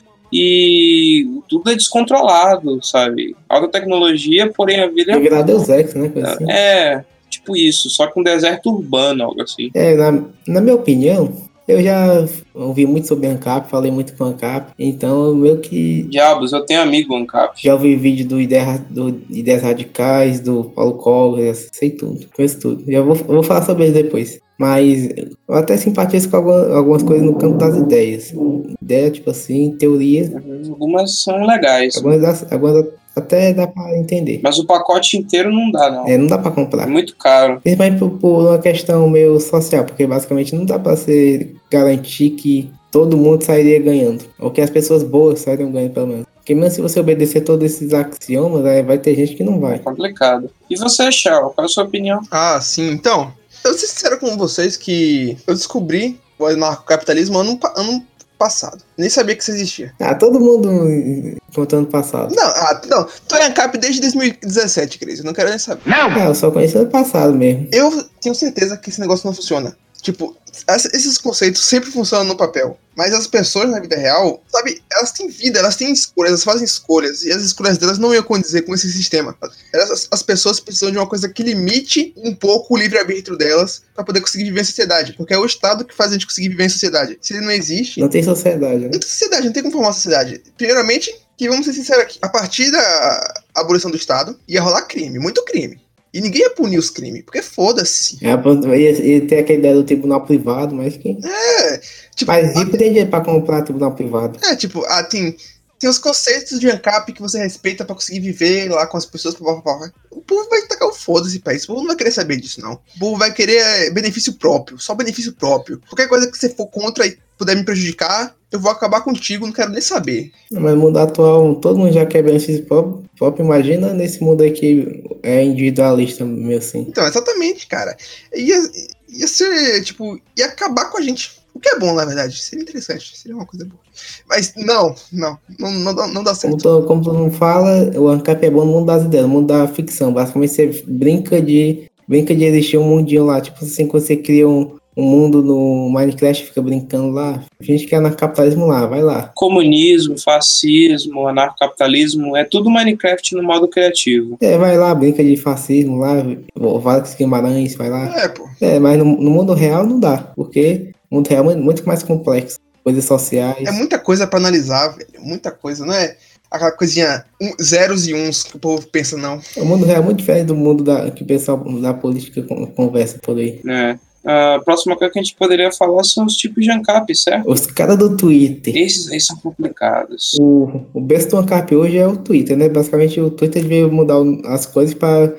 e tudo é descontrolado, sabe? Alta tecnologia, porém a vida
Ia virar Deus Ex, né? Coisa assim.
é. É, tipo isso, só que um deserto urbano, algo assim.
É, na, na minha opinião, eu já ouvi muito sobre ANCAP, falei muito com ANCAP, então eu meio que
Diabos, eu tenho amigo ANCAP.
já ouvi vídeo do, Ideia, do Ideias Radicais, do Paulo Covas, sei tudo, conheço tudo. Eu vou, eu vou falar sobre eles depois. Mas eu até simpatizo com alguma- algumas coisas no campo das ideias. Ideia, tipo assim, teoria,
Algumas são legais,
algumas, das- algumas até dá pra entender.
mas o pacote inteiro não dá, não.
É, não dá pra
É
comprar.
muito caro.
Principalmente por, por uma questão meio social, porque basicamente não dá pra se garantir que todo mundo sairia ganhando, ou que as pessoas boas sairiam ganhando pelo menos. Porque mesmo se você obedecer todos esses axiomas, aí vai ter gente que não vai.
é Complicado. E você, Shell, qual é a sua opinião?
Ah, sim, então. Eu vou ser sincero com vocês que eu descobri o anarcocapitalismo ano, pa- ano passado. Nem sabia que isso existia.
Ah, todo mundo eh, contando passado.
Não, ah, não. Tô em ANCAP desde 2017, Cris. Eu não quero nem saber.
Ah, eu só conheci no passado mesmo.
Eu tenho certeza que esse negócio não funciona. Tipo, as- esses conceitos sempre funcionam no papel. Mas as pessoas na vida real, sabe, elas têm vida, elas têm escolhas, elas fazem escolhas. E as escolhas delas não iam condizer com esse sistema. Elas- as, as pessoas precisam de uma coisa que limite um pouco o livre-arbítrio delas pra poder conseguir viver em sociedade. Porque é o Estado que faz a gente conseguir viver em sociedade. Se ele não existe,
Não tem sociedade, né?
não tem sociedade, não tem como formar uma sociedade. Primeiramente, que vamos ser sinceros aqui, a partir da abolição do Estado, ia rolar crime, muito crime. E ninguém ia punir os crimes, porque foda-se.
É, pronto, ia, ia ter aquela ideia do tribunal privado, mas que
É, é. Tipo,
Mas rico tem dinheiro pra comprar tribunal privado.
É, tipo, ah, tem, tem os conceitos de ANCAP que você respeita pra conseguir viver lá com as pessoas. Blá, blá, blá. O povo vai tacar o foda-se pra isso. O povo não vai querer saber disso, não. O povo vai querer é, benefício próprio, só benefício próprio. Qualquer coisa que você for contra e puder me prejudicar, eu vou acabar contigo, não quero nem saber.
Mas no mundo atual, todo mundo já quer benefício próprio. próprio. Imagina nesse mundo aqui é individualista, meu assim.
Então, exatamente, cara. Ia, ia ser, tipo, ia acabar com a gente. O que é bom, na verdade. Seria interessante, seria uma coisa boa. Mas não, não, não, não, dá- não dá
Como
certo.
todo, como todo mundo fala, o ANCAP é bom no mundo das ideias, no mundo da ficção. Basicamente você brinca de, brinca de existir um mundinho lá. Tipo assim, quando você cria um, um mundo no Minecraft, fica brincando lá. A gente quer anarcapitalismo lá, vai lá.
Comunismo, fascismo, anarcocapitalismo, é tudo Minecraft no modo criativo.
É, vai lá, brinca de fascismo lá, Vários Guimarães, vai lá.
É, pô.
É, mas no, no mundo real não dá, porque o mundo real é mu- muito mais complexo. Coisas sociais.
É muita coisa pra analisar, velho. Muita coisa, não é aquela coisinha um- zeros e uns que o povo pensa, não.
O mundo real é muito diferente do mundo da, que o pessoal da política con- conversa por aí.
Né? A próxima coisa que a gente poderia falar são os tipos de ANCAP, certo?
Os caras do Twitter.
Esses aí são complicados.
O, o best do ANCAP hoje é o Twitter, né? Basicamente o Twitter veio mudar o- as coisas para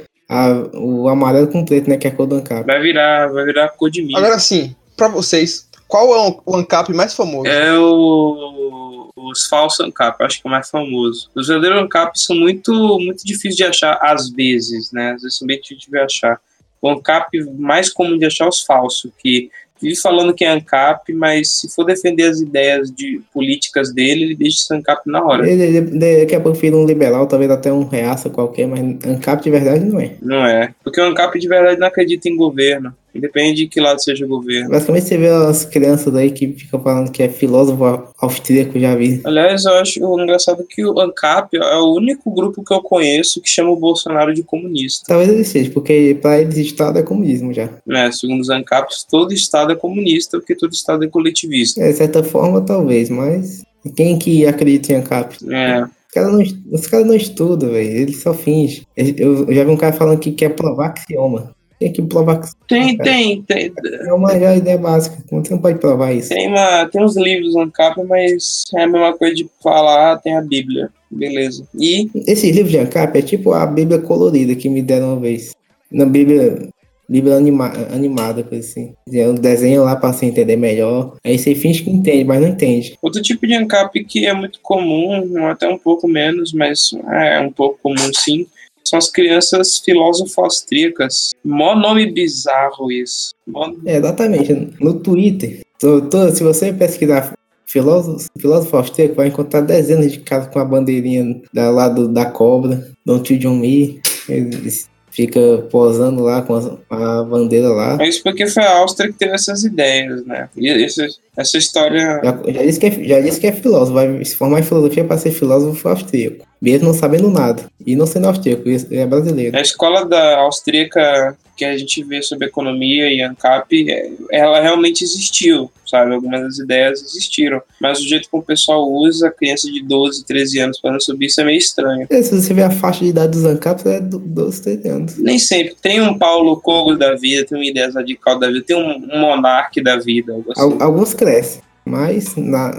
o amarelo com preto, né? Que é a cor do ANCAP.
Vai virar, vai virar cor de mim.
Agora sim, pra vocês, qual é o- o ANCAP mais famoso?
É o, os falsos ANCAP, acho que é o mais famoso. Os verdadeiros ANCAP são muito, muito difíceis de achar, às vezes, né? Às vezes é bem difícil de achar. O ANCAP mais comum de achar é os falsos, que vive falando que é ANCAP, mas se for defender as ideias de políticas dele, ele deixa esse ANCAP na hora.
Ele- ele- de- Daqui a pouco vira um liberal, talvez até um reaça qualquer, mas ANCAP de verdade não é.
Não é. Porque o ANCAP de verdade não acredita em governo. Independe de que lado seja o governo.
Basicamente você vê as crianças aí que ficam falando que é filósofo austríaco, já vi.
Aliás, eu acho engraçado que o ANCAP é o único grupo que eu conheço que chama o Bolsonaro de comunista.
Talvez ele seja, porque pra eles Estado é comunismo já.
né? Segundo os ANCAPs, todo Estado é comunista, porque todo Estado é coletivista.
É, de certa forma, talvez, mas quem que acredita em ANCAP?
É,
Os caras não, est- os cara não estudam, velho, eles só fingem. Eu, eu já vi um cara falando que quer provar axioma. Tem que provar
tem,
É.
tem, tem,
axioma, já é a ideia básica. Como você não pode provar isso?
tem, uma, tem uns livros ANCAP, mas é a mesma coisa de falar, ah, tem a Bíblia, beleza. E
Esse livro de ANCAP é tipo a Bíblia colorida que me deram uma vez. Na Bíblia, Bíblia anima- animada, coisa assim. É um desenho lá pra você entender melhor. Aí você finge que entende, mas não entende.
outro tipo de ANCAP que é muito comum, não até um pouco menos, mas é um pouco comum sim, são as crianças filósofo austríacas. Mó nome bizarro isso. Mó...
É, exatamente. No Twitter, to- to- se você pesquisar filósofo, filósofo austríaco, vai encontrar dezenas de caras com a bandeirinha da, lá do- da cobra, Don't You John Me. Eles ficam posando lá com as- a bandeira lá.
Mas porque foi a Áustria que teve essas ideias, né? E esse, essa história
Já, já disse que é, já disse que é filósofo, vai se formar em filosofia para ser filósofo austríaco. Mesmo não sabendo nada. E não sendo austríaco, ele é brasileiro.
A escola da austríaca que a gente vê sobre economia e ANCAP, é- ela realmente existiu, sabe? Algumas das ideias existiram. Mas o jeito como o pessoal usa a criança de 12, 13 anos para subir, isso é meio estranho.
É, Se você ver a faixa de idade dos ANCAPs, é do- 12, 13 anos.
Nem sempre. Tem um Paulo Cogo da vida, tem uma ideia radical da vida, tem um, um monarque da vida. algo assim.
Al- Alguns crescem, mas na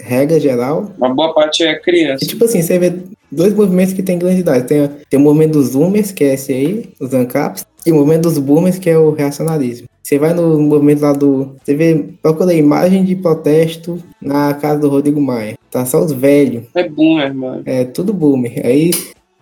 regra geral,
Uma boa parte é
E,
criança.
tipo assim, você vê dois movimentos que tem grande idade. Tem, tem o movimento dos Zoomers, que é esse aí, os ANCAPs, e o movimento dos Boomers, que é o reacionarismo. Você vai no movimento lá do. Você vê, procura a imagem de protesto na casa do Rodrigo Maia. Tá só os velhos,
É boomer, mano.
é tudo boomer. Aí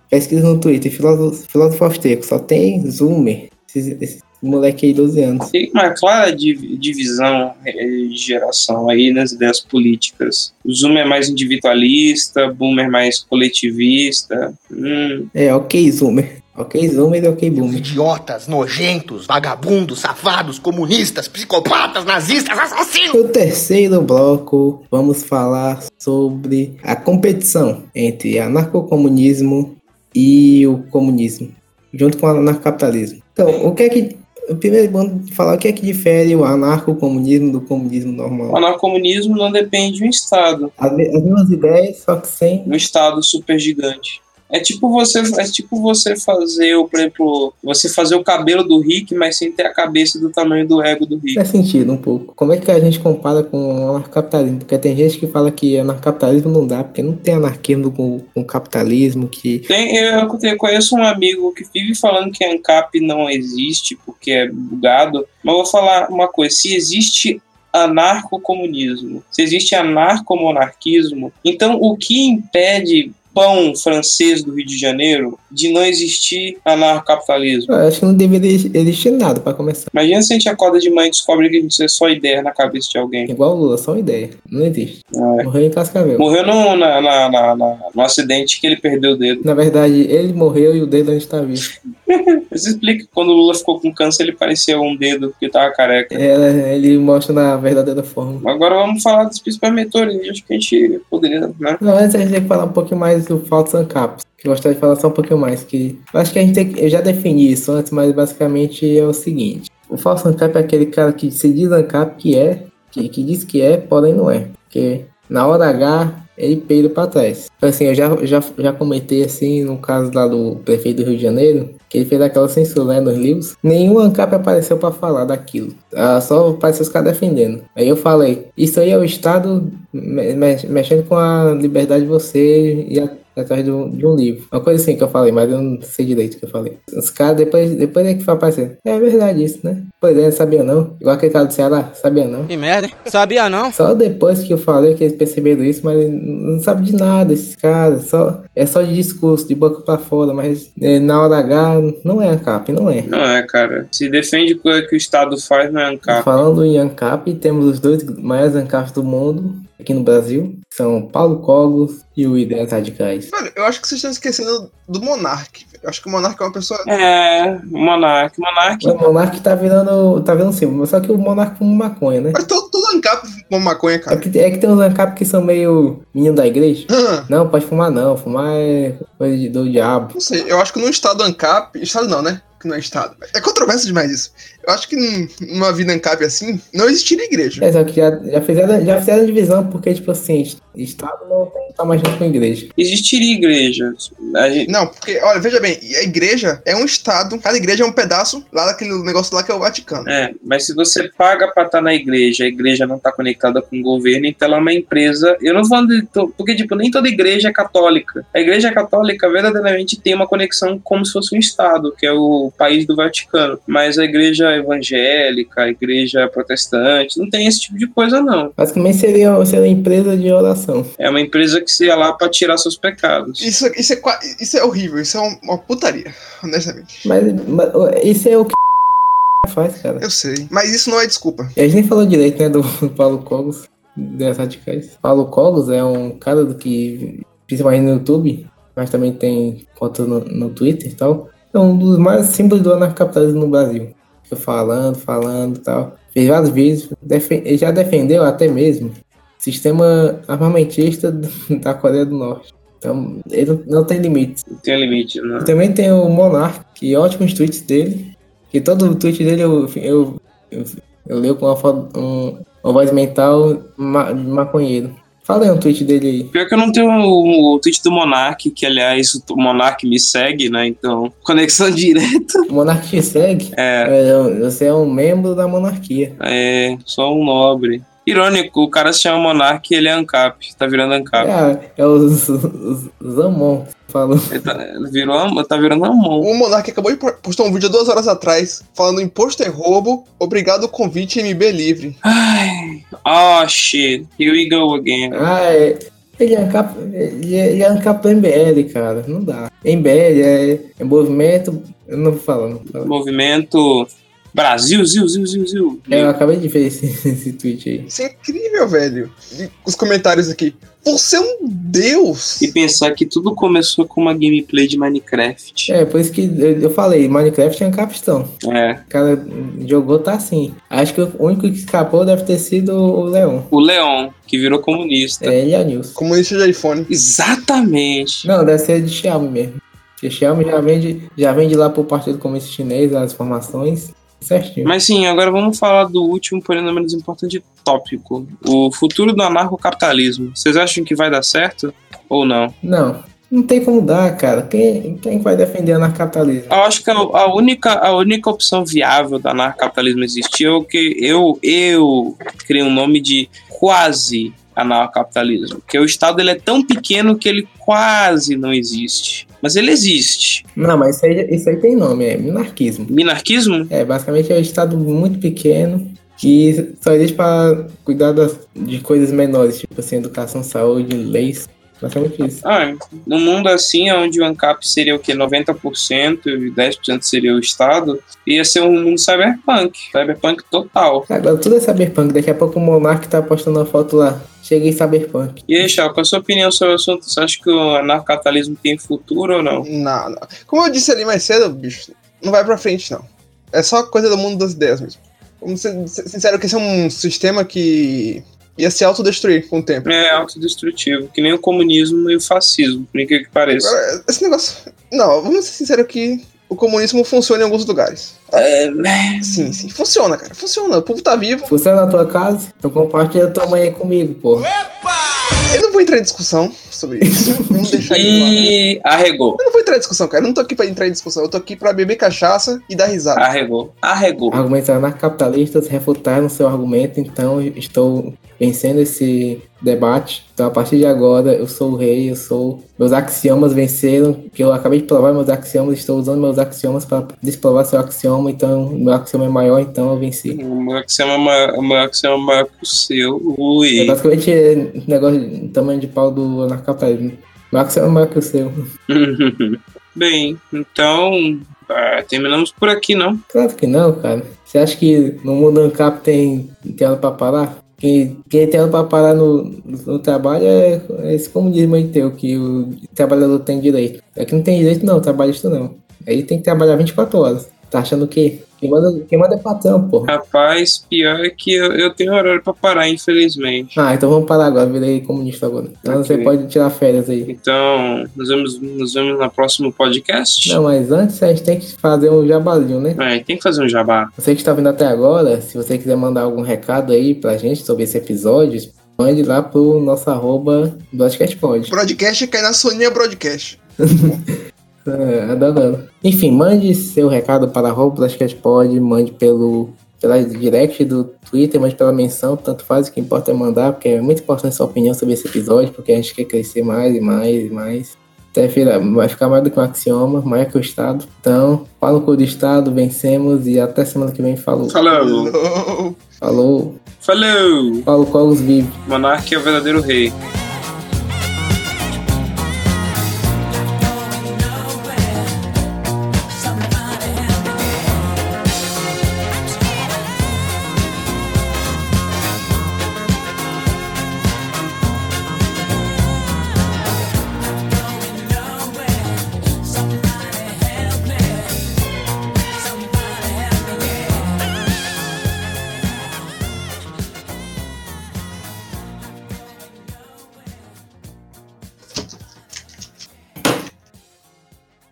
pesquisa no Twitter, filósofo, filósofo austríaco, só tem Zoomer. Esses, esses moleque aí, 12 anos.
Tem uma clara div- divisão eh, de geração aí nas ideias políticas. O Zoom é mais individualista, Boomer é mais coletivista. Hum,
É, ok, Zoomer. Ok, Zoomer e ok,
Os
Boomer.
idiotas, nojentos, vagabundos, safados, comunistas, psicopatas, nazistas, assassinos.
No terceiro bloco, vamos falar sobre a competição entre anarcocomunismo e o comunismo, junto com o anarcocapitalismo. Então, o que é que. Primeiro, vamos falar o que é que difere o anarcocomunismo do comunismo
o
normal.
anarcomunismo não depende de um Estado,
As me- as mesmas ideias, só que sem.
um Estado supergigante. É tipo você, é tipo você fazer, o- por exemplo, você fazer o cabelo do Rick, mas sem ter a cabeça do tamanho do ego do Rick.
Faz sentido um pouco. Como é que a gente compara com o anarcapitalismo? Porque tem gente que fala que anarcapitalismo não dá, porque não tem anarquismo com, com capitalismo, que
Tem, eu, eu conheço um amigo que vive falando que ANCAP não existe porque é bugado, mas eu vou falar uma coisa: se existe anarcocomunismo, se existe anarcomonarquismo, então o que impede pão francês do Rio de Janeiro de não existir anarcocapitalismo?
eu acho que não deveria existir nada pra começar.
Imagina se a gente acorda de manhã e descobre que isso é só ideia na cabeça de alguém.
Igual o Lula, só uma ideia. Não existe.
É.
Morreu em Cascavel.
Morreu no, na, na, na- na- no acidente que ele perdeu o dedo.
Na verdade, ele morreu e o dedo ainda está vivo.
Isso explica que quando o Lula ficou com câncer, ele parecia um dedo, porque tava careca.
É, ele mostra na verdadeira forma.
Agora vamos falar dos principais mentores. né? Acho que a gente poderia, né?
Não, antes a gente tem que falar um pouquinho mais do Falso Ancapos. Que eu gostaria de falar só um pouquinho mais. Que eu acho que a gente tem que, Eu já defini isso antes, mas basicamente é o seguinte: o Falso Ancap é aquele cara que se diz Ancap que é, que, que diz que é, porém não é. Porque na hora H ele peida pra trás. Então, assim, eu já, já, já comentei assim no caso lá do prefeito do Rio de Janeiro, que ele fez aquela censura né, nos livros. Nenhum ANCAP apareceu pra falar daquilo. Ah, só apareceu os caras defendendo. Aí eu falei, isso aí é o Estado me- me- mexendo com a liberdade de você e a atrás de um, de um livro. Uma coisa assim que eu falei, mas eu não sei direito o que eu falei. Os caras depois, depois é que foi aparecer. É verdade isso, né? Pois é, sabia não. Igual aquele cara do Ceará, sabia não.
Que merda, hein? Sabia não?
Só depois que eu falei que eles perceberam isso, mas não sabe de nada esses caras. Só, é só de discurso, de boca pra fora, mas é, na hora H não é ANCAP, não é.
Não é, cara. Se defende coisa que o Estado faz, não é ANCAP.
Falando em ANCAP, temos os dois maiores ANCAPs do mundo aqui no Brasil. que São Paulo Cogos e o Ideias Radicais.
Velho, eu acho que vocês estão esquecendo do Monark. velho. Eu acho que o Monark é uma pessoa.
É, Monark. Monark.
O Monark tá virando. tá virando símbolo, só que o Monark fuma maconha, né?
Mas todo, todo ANCAP com maconha,
É
cara.
que, é que tem uns ANCAP que são meio menino da igreja.
Ah,
Não, pode fumar não, fumar é coisa de- do diabo.
não sei, eu acho que num estado ANCAP. Estado não, né? Que não é estado. É controverso demais isso. Eu acho que num- numa vida ANCAP assim, não existiria igreja.
É, só que já, já, fizeram, já fizeram divisão, porque, tipo assim, Estado não tem tá mais junto com a igreja.
Existiria igreja. A gente-
Não, porque, olha, veja bem, a igreja é um estado, cada igreja é um pedaço lá daquele negócio lá que é o Vaticano.
É, mas se você paga pra estar na igreja, a igreja não tá conectada com o governo, então ela é uma empresa. Eu não falo de. to- Porque, tipo, nem toda igreja é católica. A igreja é católica verdadeiramente tem uma conexão como se fosse um Estado, que é o país do Vaticano. Mas a igreja evangélica, a igreja protestante, não tem esse tipo de coisa, não.
Basicamente seria, seria uma empresa de oração.
É uma empresa que se ia lá pra tirar seus pecados.
Isso, isso, é, qua- isso é horrível, isso é um- uma putaria, honestamente.
Mas, mas isso é o que faz, cara.
Eu sei, mas isso não é desculpa.
E a gente nem falou direito, né, do Paulo Cogos, das radicais. Paulo Cogos é um cara do que, principalmente no YouTube, mas também tem conta no, no Twitter e tal. É um dos mais símbolos do anarcapitalismo no Brasil. Fica falando, falando e tal. Fez vários vídeos, defe- ele já defendeu até mesmo o sistema armamentista do- da Coreia do Norte. Então, ele não- não tem limites.
Não tem limite, né? não.
E Também tem o Monark, que ótimos tweets dele. Que todo tweet dele eu, eu, eu, eu leio com uma, foto, um, uma voz mental ma, de maconheiro. Fala aí um tweet dele aí.
Pior que eu não tenho o, o tweet do Monark, que aliás o Monark me segue, né? Então, conexão direta.
O Monark te segue? É, eu- Você é um membro da monarquia.
É, só um nobre. Irônico, o cara se chama Monark e ele é ANCAP, tá virando ANCAP.
É, é os, os, os Amon que falou.
Ele tá, ele virou, am- tá virando Amon.
O Monark acabou de po- postar um vídeo há duas horas atrás falando imposto é roubo, obrigado o convite MB livre.
Ai, oh shit, here we go again.
Ah, é. Ele é ANCAP, ele é, ele é ANCAP do MBL, cara. Não dá. MBL é, é movimento. Eu não vou falar, não vou falar.
Movimento Brasil, ziu, ziu, ziu, ziu.
É, Eu acabei de ver esse, esse tweet aí.
Isso é incrível, velho. E os comentários aqui. Você é um deus!
E pensar que tudo começou com uma gameplay de Minecraft.
É, por isso que eu, eu falei, Minecraft é um capistão.
É.
O cara hum, jogou tá assim. Acho que o único que escapou deve ter sido o Leon.
O Leon, que virou comunista.
É, ele e a Nilson.
Comunista de iPhone.
Exatamente.
Não, deve ser de Xiaomi mesmo. Porque Xiaomi já vende, já vende lá pro Partido Comunista Chinês as formações certinho.
Mas sim, agora vamos falar do último, porém não menos importante tópico: o futuro do anarcocapitalismo. Vocês acham que vai dar certo ou não?
Não. Não tem como dar, cara. Quem, quem vai defender o anarcapitalismo?
Eu acho que a, a única, a única opção viável do anarcapitalismo existir é o que eu, eu criei um nome de quase anarcapitalismo. Porque o Estado ele é tão pequeno que ele quase não existe. Mas ele existe.
Não, mas isso aí, isso aí tem nome, é minarquismo.
Minarquismo?
É, basicamente é um estado muito pequeno que só existe para cuidar das, de coisas menores, tipo assim, educação, saúde, leis. Basicamente isso.
Ah, é. num mundo assim, onde o ANCAP seria o quê? 90% e 10% seria o Estado, ia ser um mundo cyberpunk. Cyberpunk total.
Agora tudo é cyberpunk. Daqui a pouco o Monark tá postando uma foto lá. Cheguei cyberpunk.
E aí, Chá, qual a sua opinião sobre o assunto? Você acha que o anarcapitalismo tem futuro ou não?
Não, não. Como eu disse ali mais cedo, bicho, não vai pra frente, não. É só coisa do mundo das ideias mesmo. Vamos ser ser sincero, que esse é um sistema que ia se autodestruir com o tempo.
É autodestrutivo, que nem o comunismo e o fascismo, por incrível que pareça.
Agora, Esse negócio. Não, vamos ser sinceros que o comunismo funciona em alguns lugares.
É,
Sim, sim. Funciona, cara. Funciona. O povo tá vivo.
Funciona é na tua casa? Então compartilha tua mãe aí comigo, pô.
Eu não vou entrar em discussão sobre isso. Vamos deixar isso lá.
e arregou,
Eu não vou entrar em discussão, cara. Eu não tô aqui pra entrar em discussão. Eu tô aqui pra beber cachaça e dar
Ah.
risada.
arregou, arregou.
Argumentos anarcapitalistas refutaram seu argumento, então estou vencendo esse debate. Então, a partir de agora, eu sou o rei, eu sou. Meus axiomas venceram, que eu acabei de provar meus axiomas, estou usando meus axiomas para desprovar seu axioma, então meu axioma é maior, então eu venci.
O meu axioma é maior- o meu axioma é maior que o seu.
É
Ui.
basicamente esse negócio de tamanho de pau do anarcapitalismo. Meu axioma é maior que o seu.
Bem, então. ah, terminamos por aqui, não?
Claro que não, cara. Você acha que no mundo ANCAP tem, tem ano pra parar? Quem, quem tem ano pra parar no, no trabalho é, é esse comunismo aí teu, que o trabalhador tem direito. Aqui não tem direito não, trabalhista não. Aí tem que trabalhar 24 horas. Tá achando o quê? Quem manda, quem manda é patrão, pô.
Rapaz, pior é que eu, eu tenho horário pra parar, infelizmente.
Ah, então vamos parar agora, virei comunista agora. Então você
Ok.
pode tirar férias aí.
Então, nos vemos, nos vemos no próximo podcast.
Não, mas antes a gente tem que fazer um jabalinho, né?
É, tem que fazer um jabá.
Você que está vindo até agora, se você quiser mandar algum recado aí pra gente sobre esse episódio, mande lá pro nosso arroba broadcastpod.
Broadcast cai na Soninha Broadcast.
É, adorando. Enfim, mande seu recado para arroba broadcastpod, mande pelo pela direct do Twitter, mande pela menção, tanto faz, o que importa é mandar, porque é muito importante sua opinião sobre esse episódio, porque a gente quer crescer mais e mais e mais. Até virar- vai ficar mais do que um axioma, mais que o Estado. Então, fala com o do Estado, vencemos e até semana que vem. Falou.
Falou!
Alô.
Falou.
Falou!
Paulo Cogos vive.
Monarque é o verdadeiro rei.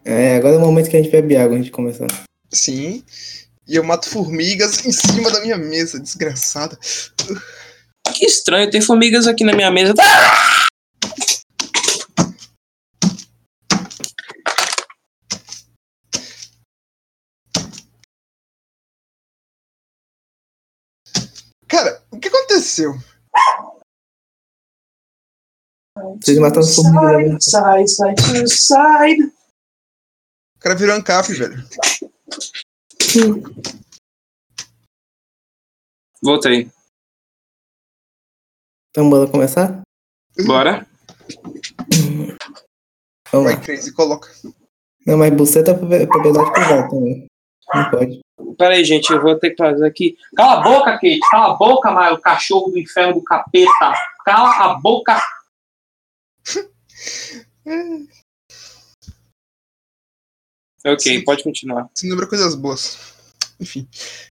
É, agora é o momento que a gente bebe água antes de começar.
Sim. E eu mato formigas em cima da minha mesa, desgraçada.
Que estranho, tem formigas aqui na minha mesa. Ah!
Cara, o que aconteceu?
Vocês mataram formiga. né?
Sai, sai, sai, sai.
O cara virou ANCAP, velho.
Voltei.
Então bora começar?
Bora?
Vamos
Vai,
lá.
Crazy, coloca.
Não, mas buceta é probe- propriedade privada também. né? Não pode.
Pera aí, gente, eu vou ter que fazer aqui. Cala a boca, Kate. Cala a boca, Maio, cachorro do inferno do capeta. Cala a boca. ok, pode continuar.
Se lembra coisas boas. Enfim.